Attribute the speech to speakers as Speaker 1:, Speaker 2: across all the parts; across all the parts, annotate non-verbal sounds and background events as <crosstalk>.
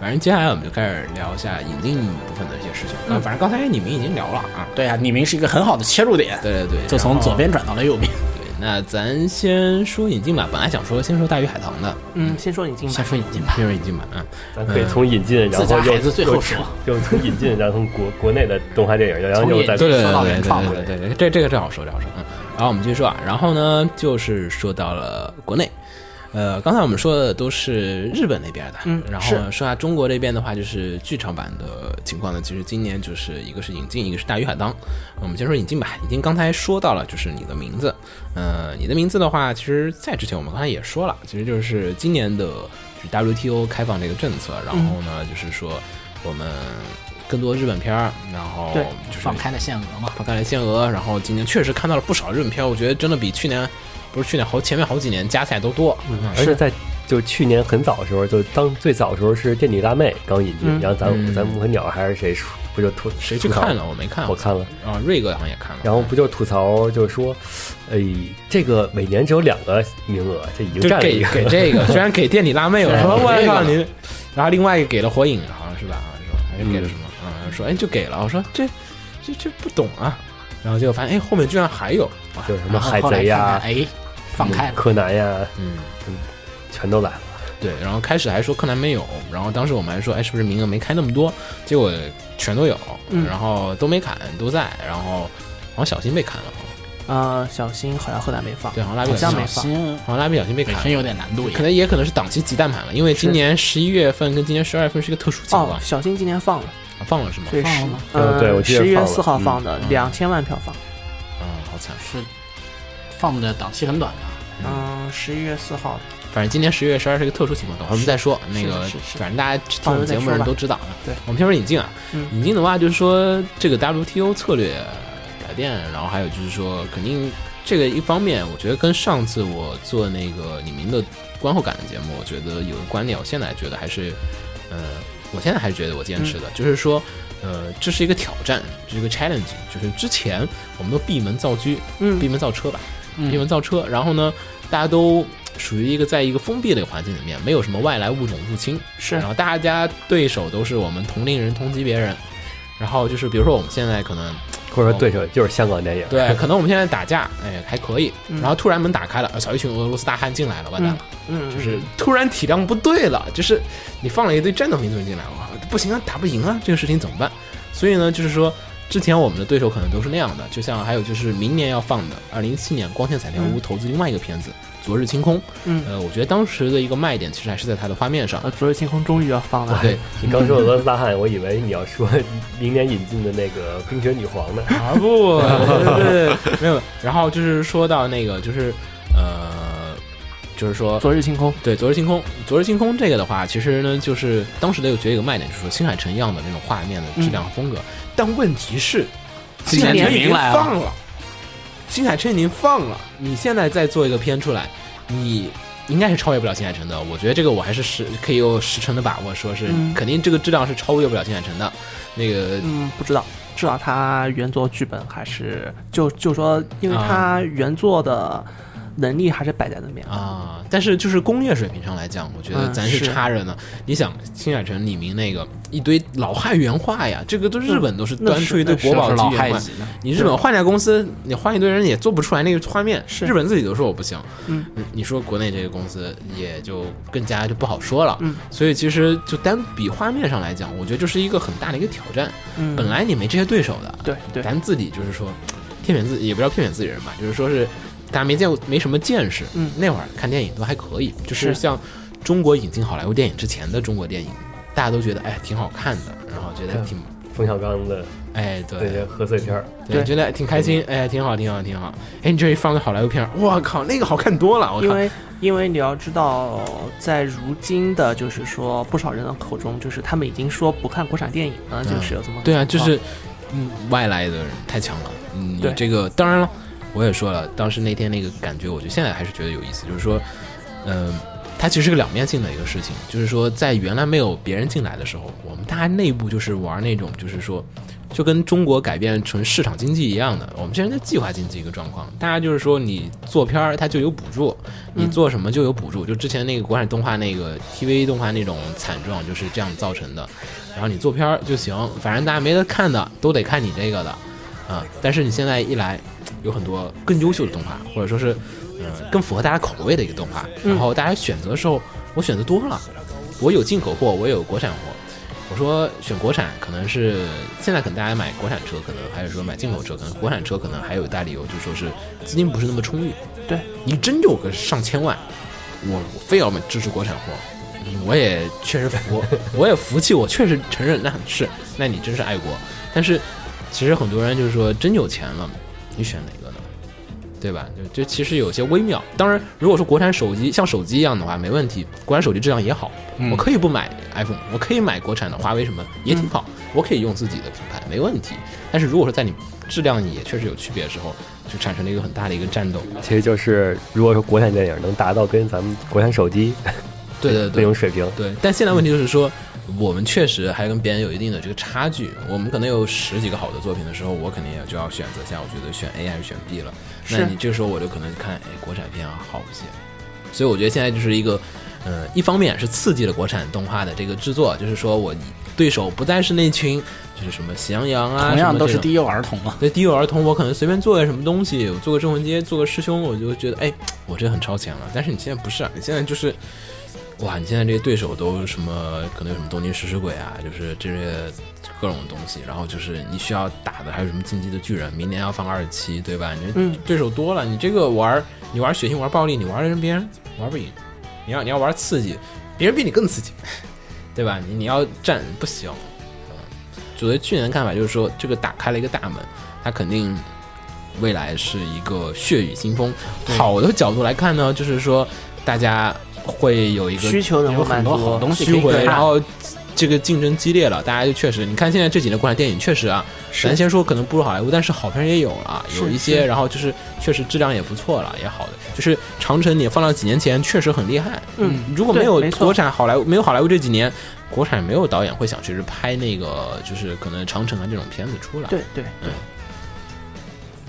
Speaker 1: 正接下来我们就开始聊一下引进部分的一些事情。那反正刚才你们已经聊了啊，
Speaker 2: 对啊，你明是一个很好的切入点，
Speaker 1: 对对对，
Speaker 2: 就
Speaker 1: 然
Speaker 2: 从
Speaker 1: 后
Speaker 2: 左边转到了右边。
Speaker 1: 对，那咱先说引进吧。本来想说先说《大鱼海棠》的，
Speaker 3: 嗯，先说引进吧
Speaker 1: 先。说引进吧，先说引进吧。嗯，
Speaker 4: 咱可以从引进，然后
Speaker 2: 自家
Speaker 4: 又
Speaker 2: 孩子最后
Speaker 4: 又
Speaker 2: 说
Speaker 4: 又从引进，然后从国国内的动画电影，然后又再
Speaker 1: 对对
Speaker 4: 说
Speaker 1: 对
Speaker 4: 到
Speaker 1: 对
Speaker 4: 原创
Speaker 1: 对对对对，这这个正好说，正好说。嗯，然后我们继续说啊，然后呢，就是说到了国内。呃，刚才我们说的都是日本那边的，
Speaker 3: 嗯
Speaker 1: 然后
Speaker 3: 是
Speaker 1: 说下中国这边的话，就是剧场版的情况呢，其实今年就是一个是引进，一个是大鱼海棠。我们先说引进吧，引进刚才说到了，就是你的名字，呃，你的名字的话，其实在之前我们刚才也说了，其实就是今年的就是 WTO 开放这个政策，然后
Speaker 3: 嗯
Speaker 1: 呢，就是说我们更多日本片儿，然后
Speaker 3: 对
Speaker 1: 就是
Speaker 2: 放开了限额嘛，
Speaker 1: 放开了限额，然后今年确实看到了不少日本片，我觉得真的比去年不是去年好前面好几年加起来都多。嗯
Speaker 4: 而且在就去年很早的时候，就当最早的时候是《电锯辣妹》刚引进，
Speaker 3: 嗯
Speaker 4: 然后咱们、
Speaker 1: 嗯
Speaker 4: 咱们和鸟还是谁说不就吐
Speaker 1: 谁去
Speaker 4: 吐槽
Speaker 1: 看了？我没看，
Speaker 4: 我看了，
Speaker 1: 啊，瑞哥好像也看了。
Speaker 4: 然后不就吐槽就说，哎，这个每年只有两个名额，这已经
Speaker 1: 就
Speaker 4: 占了一
Speaker 1: 给 <laughs> 给
Speaker 4: 个
Speaker 1: 这个，居然给店里辣妹，我
Speaker 2: 是
Speaker 1: 说 <laughs> 我
Speaker 2: 这个
Speaker 1: 靠您，然后另外一个给了火影，好像是吧？啊，是吧？还是给了什么？啊，说哎就给了，我说这这这不懂啊，然后结果发现哎后面居然还有，哇
Speaker 4: 就是什么
Speaker 2: 然后
Speaker 4: 海
Speaker 2: 啊后来
Speaker 4: 贼
Speaker 2: 看
Speaker 4: 呀
Speaker 2: 看、哎，放开了，
Speaker 4: 柯南呀，
Speaker 1: 嗯。
Speaker 4: 全都来了。
Speaker 1: 对，然后开始还说柯南没有，然后当时我们还说，哎，是不是名额没开那么多？结果全都有，
Speaker 3: 嗯
Speaker 1: 然后都没砍，都在，然后好像小新被砍了，好像
Speaker 3: 呃，小新好像后来没放。哦
Speaker 1: 对，好像蜡笔
Speaker 3: 好
Speaker 1: 小
Speaker 3: 像
Speaker 1: 新，
Speaker 3: 没
Speaker 1: 好
Speaker 3: 放
Speaker 2: 心
Speaker 1: 像蜡笔小新被
Speaker 2: 本
Speaker 1: 砍
Speaker 2: 身
Speaker 1: 了，
Speaker 2: 有点难度也
Speaker 1: 嗯可。能也可能是档期极蛋盘了，因为今年十一月份跟今年十二月份是一个特殊情
Speaker 3: 哦
Speaker 1: 况，，
Speaker 3: 小新今年放了，
Speaker 1: 啊放了是吗？
Speaker 3: 对，
Speaker 2: 放
Speaker 3: 十呃
Speaker 2: 了吗
Speaker 4: 嗯对我记得
Speaker 3: 十一月
Speaker 4: 放了
Speaker 3: 四号放的
Speaker 1: 嗯，
Speaker 3: 两千万票房。
Speaker 1: 嗯，好惨，
Speaker 2: 是放的档期很短啊吧？
Speaker 3: 嗯，十一月四号
Speaker 1: 反正今年十月、十二是个特殊情况，等会儿我们再说。那
Speaker 3: 是
Speaker 1: 个
Speaker 3: 是，是
Speaker 1: 反正大家听我们节目的人都知道啊。
Speaker 3: 到时候再说吧对，
Speaker 1: 我们先说引进啊
Speaker 3: 嗯，
Speaker 1: 引进的话就是说这个 WTO 策略改变，然后还有就是说肯定这个一方面，我觉得跟上次我做那个李明的观后感的节目，我觉得有个观点，我现在觉得还是，呃，我现在还是觉得我坚持
Speaker 3: 嗯
Speaker 1: 的，就是说。呃，这是一个挑战，这是一个 challenge，就是之前我们都闭门造车，
Speaker 3: 嗯
Speaker 1: 闭门造车吧，闭门造车。然后呢，大家都属于一个在一个封闭的环境里面，没有什么外来物种入侵。
Speaker 3: 是
Speaker 1: 然后大家对手都是我们同龄人、同级别人。然后就是，比如说我们现在可能
Speaker 4: 或者说对手就是香港电影，
Speaker 1: 哦对， <laughs> 可能我们现在打架，哎，还可以。
Speaker 3: 嗯
Speaker 1: 然后突然门打开了，呃小一群俄罗斯大汉进来了，完蛋了，
Speaker 3: 嗯，嗯
Speaker 1: 就是突然体量不对了，就是你放了一堆战斗民族进来，哇，不行啊，打不赢啊，这个事情怎么办？所以呢，就是说。之前我们的对手可能都是那样的，就像还有就是明年要放的二零一七年光线彩条屋投资另外一个片子《昨日清空》，
Speaker 3: 嗯
Speaker 1: 呃，我觉得当时的一个卖点其实还是在它的画面上，
Speaker 3: 呃，昨日清空终于要放了，
Speaker 1: 对，
Speaker 4: 你刚说俄罗斯大汉，我以为你要说 <laughs> 明年引进的那个冰雪女皇呢。
Speaker 1: <laughs> 啊不，对对对，没有。然后就是说到那个，就是呃，就是说，
Speaker 3: 昨日清空，
Speaker 1: 对《昨日星空》，《昨日星空》这个的话，其实呢，就是当时的有觉得有个卖点，就是说新海诚一样的那种画面的质量和风格。嗯但问题是，
Speaker 2: 新
Speaker 1: 海
Speaker 2: 海
Speaker 1: 诚
Speaker 2: 诚
Speaker 1: 已
Speaker 2: 已
Speaker 1: 经
Speaker 2: 经来了
Speaker 1: 放了，新海诚已经放了，你现在再做一个片出来，你。应该是超越不了新海诚的，我觉得这个我还是十可以有十成的把握，说是、
Speaker 3: 嗯
Speaker 1: 肯定这个质量是超越不了新海诚的。那个
Speaker 3: 嗯，不知道，知道他原作剧本还是就就说，因为他原作的能力还是摆在那边，
Speaker 1: 啊，但是就是工业水平上来讲，我觉得
Speaker 3: 嗯
Speaker 1: 咱是
Speaker 3: 是
Speaker 1: 差着呢。你想，新海诚、李明那个一堆老汉原画呀，这个都日本都是
Speaker 3: 那
Speaker 1: 端
Speaker 3: 是
Speaker 1: 出一堆
Speaker 3: 那是
Speaker 1: 国宝
Speaker 2: 是老
Speaker 1: 级原
Speaker 2: 害
Speaker 1: 画，
Speaker 2: 级的，
Speaker 1: 你日本换家公司，你换一堆人也做不出来那个画面。
Speaker 3: 是
Speaker 1: 日本自己都说我不行，
Speaker 3: 嗯，
Speaker 1: 你说国内这个公司也就更加就不好说了。
Speaker 3: 嗯，
Speaker 1: 所以其实就单比画面上来讲，我觉得这是一个很大的一个挑战。
Speaker 3: 嗯，
Speaker 1: 本来你没这些对手的，
Speaker 3: 对对，
Speaker 1: 咱自己就是说，骗骗自己也不知道骗骗自己人吧，就是说是大家没见过没什么见识，
Speaker 3: 嗯
Speaker 1: 那会儿看电影都还可以，就是
Speaker 3: 是
Speaker 1: 像中国引进好莱坞电影之前的中国电影，大家都觉得哎挺好看的，然后觉得
Speaker 4: 对
Speaker 1: 挺
Speaker 4: 冯小刚的
Speaker 1: 哎
Speaker 4: 那些
Speaker 1: 对
Speaker 4: 贺岁片儿，
Speaker 1: 对，
Speaker 3: 对
Speaker 1: 觉得挺开心，哎挺好挺好挺好，哎你这一放个好莱坞片儿，我靠那个好看多了，我
Speaker 3: 因
Speaker 1: 靠，
Speaker 3: 为因为你要知道，在如今的就是说不少人的口中，就是他们已经说不看国产电影了，就是有这么哦
Speaker 1: 对啊就是嗯外来的人太强了，嗯
Speaker 3: 对
Speaker 1: 这个当然了，我也说了，当时那天那个感觉，我觉得现在还是觉得有意思，就是说嗯。它其实是个两面性的一个事情，就是说在原来没有别人进来的时候，我们大家内部就是玩那种，就是说，就跟中国改变纯市场经济一样的，我们现在在计划经济一个状况，大家就是说你做片儿它就有补助，你
Speaker 3: 嗯
Speaker 1: 做什么就有补助，就之前那个国产动画那个 TV 动画那种惨状就是这样造成的，然后你做片儿就行，反正大家没得看的都得看你这个的，啊，但是你现在一来，有很多更优秀的动画，或者说是，呃，更符合大家口味的一个动画。然后大家选择的时候，我选择多了，我有进口货，我也有国产货。我说选国产可能是现在可能大家买国产车，可能还是说买进口车，可能国产车可能还有一大理由，就说是资金不是那么充裕。
Speaker 3: 对
Speaker 1: 你真有个上千万，我我非要买支持国产货，嗯我也确实服，我也服气，我确实承认那是，那你真是爱国。但是其实很多人就是说，真有钱了，你选哪个呢？对吧？就这其实有些微妙。当然，如果说国产手机像手机一样的话，没问题，国产手机质量也好，我可以不买 iPhone，我可以买国产的华为什么也挺好，我可以用自己的品牌没问题。但是如果说在你质量也确实有区别的时候，就产生了一个很大的一个战斗。
Speaker 4: 其实就是如果说国产电影能达到跟咱们国产手机
Speaker 1: 对对
Speaker 4: 那
Speaker 1: 对
Speaker 4: 种，水平，
Speaker 1: 对，但现在问题就是说，我们确实还跟别人有一定的这个差距。我们可能有十几个好的作品的时候，我肯定也就要选择一下，我觉得选 A 还是选 B 了。那
Speaker 3: 是
Speaker 1: 你这时候我就可能看，哎，国产片要好一些。所以我觉得现在就是一个，呃，一方面是刺激了国产动画的这个制作，就是说我对手不再是那群就是什么喜羊羊啊，
Speaker 2: 同
Speaker 1: 什
Speaker 2: 样
Speaker 1: 么
Speaker 2: 都
Speaker 1: 这
Speaker 2: 是
Speaker 1: 种
Speaker 2: 低幼儿童嘛，
Speaker 1: 对低幼儿童，我可能随便做个什么东西，我做个镇魂街，做个师兄，我就觉得哎，我这很超前了。但是你现在不是，啊，你现在就是，哇，你现在这些对手都什么，可能有什么东京食尸鬼啊，就是这些各种东西，然后就是你需要打的还有什么进击的巨人，明年要放二期，对吧？你这
Speaker 3: 嗯
Speaker 1: 对手多了，你这个玩儿你玩血腥玩暴力，你玩人别人玩不赢，你要你要玩刺激，别人比你更刺激，对吧？你你要战不行。嗯作为去年的看法就是说，这个打开了一个大门，它肯定未来是一个血雨腥风。好的角度来看呢，就是说大家会有一个
Speaker 3: 需求能
Speaker 2: 有
Speaker 3: 够
Speaker 2: 很
Speaker 3: 满
Speaker 2: 多好
Speaker 3: 足，
Speaker 2: 东西可
Speaker 1: 虚
Speaker 2: 以
Speaker 1: 回，
Speaker 2: 看。
Speaker 1: 然后这个竞争激烈了，大家就确实，你看现在这几年国产电影确实啊，咱先说可能不如好莱坞，但是好片儿也有了，有一些，然后就是确实质量也不错了，也好的，就是长城你放到几年前确实很厉害，
Speaker 3: 嗯，
Speaker 1: 如果
Speaker 3: 对
Speaker 1: 没有
Speaker 3: 没错
Speaker 1: 国产好莱坞，没有好莱坞这几年，国产没有导演会想去拍那个就是可能长城啊这种片子出来，
Speaker 3: 对对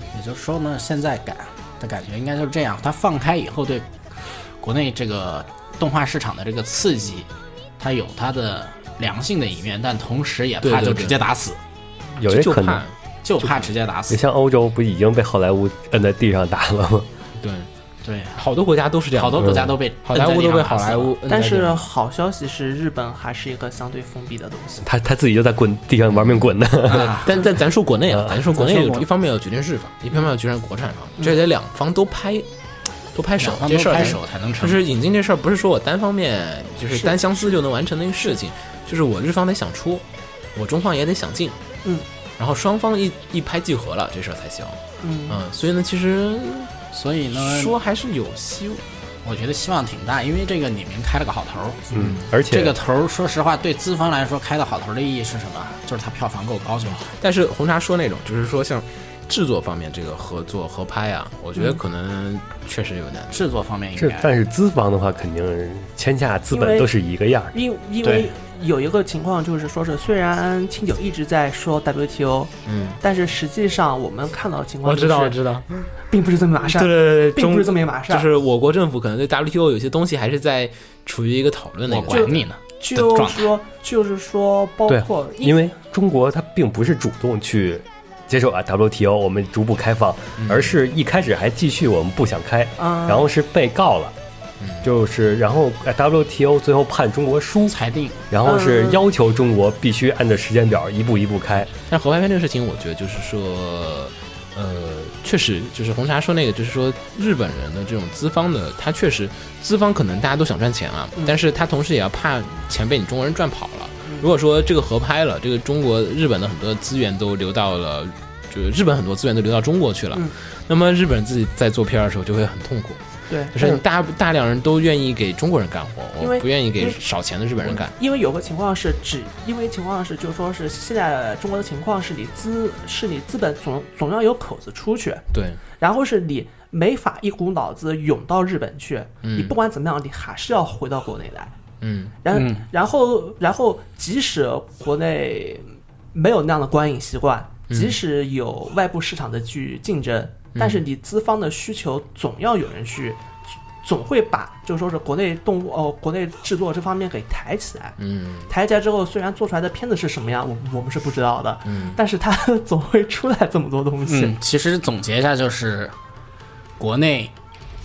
Speaker 2: 也就是说呢，现在感的感觉应该就是这样，它放开以后对国内这个动画市场的这个刺激，它有它的良性的一面，但同时也
Speaker 1: 对
Speaker 2: 怕
Speaker 1: 对
Speaker 2: 就
Speaker 1: 对
Speaker 2: 直接打死，
Speaker 4: 有
Speaker 1: 就
Speaker 4: 这
Speaker 1: 就
Speaker 4: 可
Speaker 1: 怕
Speaker 4: 能。
Speaker 2: 就怕直接打
Speaker 4: 你
Speaker 2: 死。
Speaker 4: 像欧洲不已经被好莱坞摁在地上打了吗？
Speaker 1: 对，
Speaker 2: 对，
Speaker 1: 好多国家都是这样
Speaker 2: 好
Speaker 1: 的，
Speaker 2: 多国家都被
Speaker 1: 好莱坞都被好莱坞，摁在
Speaker 3: 但
Speaker 1: 地
Speaker 3: 是
Speaker 1: 上
Speaker 3: 好消息是，日本还是一个相对封闭的东西。
Speaker 4: 他他自己就在滚地上玩命滚呢。
Speaker 2: 摁在地上打死啊，
Speaker 1: 但但咱说国内啊，咱说国内
Speaker 2: 咱说
Speaker 1: 有
Speaker 2: 国
Speaker 1: 一方面有决定日方，一方面有决定国产方，这得两方都拍，都拍手
Speaker 2: 两方
Speaker 1: 这
Speaker 2: 都
Speaker 1: 事儿
Speaker 2: 拍
Speaker 1: 才。
Speaker 2: 手才能
Speaker 1: 就
Speaker 2: 成。
Speaker 1: 是引进这事儿，不是说我单方面就是单相思就能完成的一个事情，就是我日方得想出，我中方也得想进，
Speaker 3: 嗯，
Speaker 1: 然后双方一一拍即合了，这事儿才行，
Speaker 3: 嗯，
Speaker 1: 嗯，所以呢，其实
Speaker 2: 所以呢，
Speaker 1: 说还是有希望，
Speaker 2: 我觉得希望挺大，因为这个你们开了个好头儿。
Speaker 4: 嗯，而且
Speaker 2: 这个头儿，说实话，对资方来说开的好头儿的意义是什么？就是它票房够高就好。
Speaker 1: 但是红茶说那种，就是说像制作方面这个合作合拍啊，我觉得可能确实有难度。
Speaker 2: 制作方面应
Speaker 4: 这
Speaker 2: 该
Speaker 4: 但是资方的话，肯定签下资
Speaker 3: 因
Speaker 4: 本
Speaker 3: 为
Speaker 4: 都是一个样儿。
Speaker 3: 因因为
Speaker 2: 对
Speaker 3: 有一个情况就是说是，虽然清酒一直在说 WTO，
Speaker 1: 嗯，
Speaker 3: 但是实际上我们看到的情况、
Speaker 1: 我
Speaker 3: 就是，
Speaker 1: 知道，我知道，
Speaker 3: 并不是这么码事
Speaker 1: 对
Speaker 3: 儿，
Speaker 1: 对对，
Speaker 3: 并
Speaker 1: 中
Speaker 3: 不是这么一码事
Speaker 1: 就
Speaker 3: 儿。
Speaker 1: 啊是我国政府可能对 WTO 有些东西还是在处于一个讨论的一
Speaker 2: 我
Speaker 1: 个
Speaker 2: 管你呢。
Speaker 3: 就
Speaker 2: 状
Speaker 3: 是
Speaker 2: 态
Speaker 3: 说，就是说，包
Speaker 4: 对
Speaker 3: 括
Speaker 4: 因为中国它并不是主动去接受啊 WTO，我们逐步开放，
Speaker 2: 嗯
Speaker 4: 而是一开始还继续我们不想开，
Speaker 3: 嗯，
Speaker 4: 然后是被告了，
Speaker 2: 嗯
Speaker 4: 就是然后呃 WTO 最后判中国输，
Speaker 2: 裁定
Speaker 4: 然后是
Speaker 3: 嗯
Speaker 4: 要求中国必须按照时间表一步一步开。
Speaker 1: 但合拍片这个事情，我觉得就是说，呃，确实就是红茶说那个，就是说日本人的这种资方的，他确实资方可能大家都想赚钱啊，
Speaker 3: 嗯
Speaker 1: 但是他同时也要怕钱被你中国人赚跑了。如果说这个合拍了，这个中国日本的很多资源都流到了，就是日本很多资源都流到中国去了，
Speaker 3: 嗯
Speaker 1: 那么日本自己在做片儿的时候就会很痛苦，
Speaker 3: 对，
Speaker 1: 就是大大量人都愿意给中国人干活，
Speaker 3: 嗯因
Speaker 1: 我
Speaker 3: 为
Speaker 1: 不愿意
Speaker 3: 因
Speaker 1: 给
Speaker 3: 为嗯
Speaker 1: 少钱的日本人干。
Speaker 3: 因为有个情况是只，因为情况是，就是说是现在中国的情况是你资是你资本总总要有口子出去，
Speaker 1: 对，
Speaker 3: 然后是你没法一股脑子涌到日本去，你不管怎么样，你还是要回到国内来。
Speaker 1: 嗯
Speaker 3: 然、然后然后，即使国内没有那样的观影习惯，
Speaker 1: 嗯
Speaker 3: 即使有外部市场的去竞争，但是你资方的需求总要有人去，总会把就是说是国内动物哦，国内制作这方面给抬起来。
Speaker 1: 嗯
Speaker 3: 抬起来之后，虽然做出来的片子是什么样，我我们是不知道的，
Speaker 1: 嗯
Speaker 3: 但是它 <laughs> 总会出来这么多东西。
Speaker 2: 嗯，其实总结一下就是，国内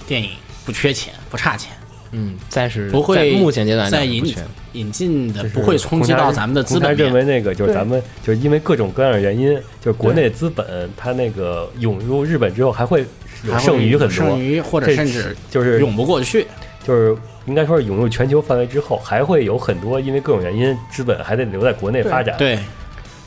Speaker 2: 电影不缺钱，不差钱，
Speaker 1: 嗯，暂时
Speaker 2: 不会
Speaker 1: 在目前阶段
Speaker 2: 在
Speaker 1: 讲不
Speaker 2: 引
Speaker 1: 全
Speaker 2: 引进的
Speaker 4: 就是
Speaker 2: 呃不会冲击
Speaker 4: 国家
Speaker 2: 到咱们的资
Speaker 4: 国
Speaker 2: 本
Speaker 4: 家认
Speaker 2: 面。
Speaker 4: 为那个就是咱们就是因为各种各样的原因，就是国内资本它那个涌入日本之后还会有
Speaker 2: 还会
Speaker 4: 剩余很
Speaker 2: 剩
Speaker 4: 多，
Speaker 2: 余或者
Speaker 4: 这
Speaker 2: 甚至
Speaker 4: 就是
Speaker 2: 涌不过去，
Speaker 4: 就是应该说是涌入全球范围之后，还会有很多因为各种原因，资本还得留在国内发展。，
Speaker 2: 对，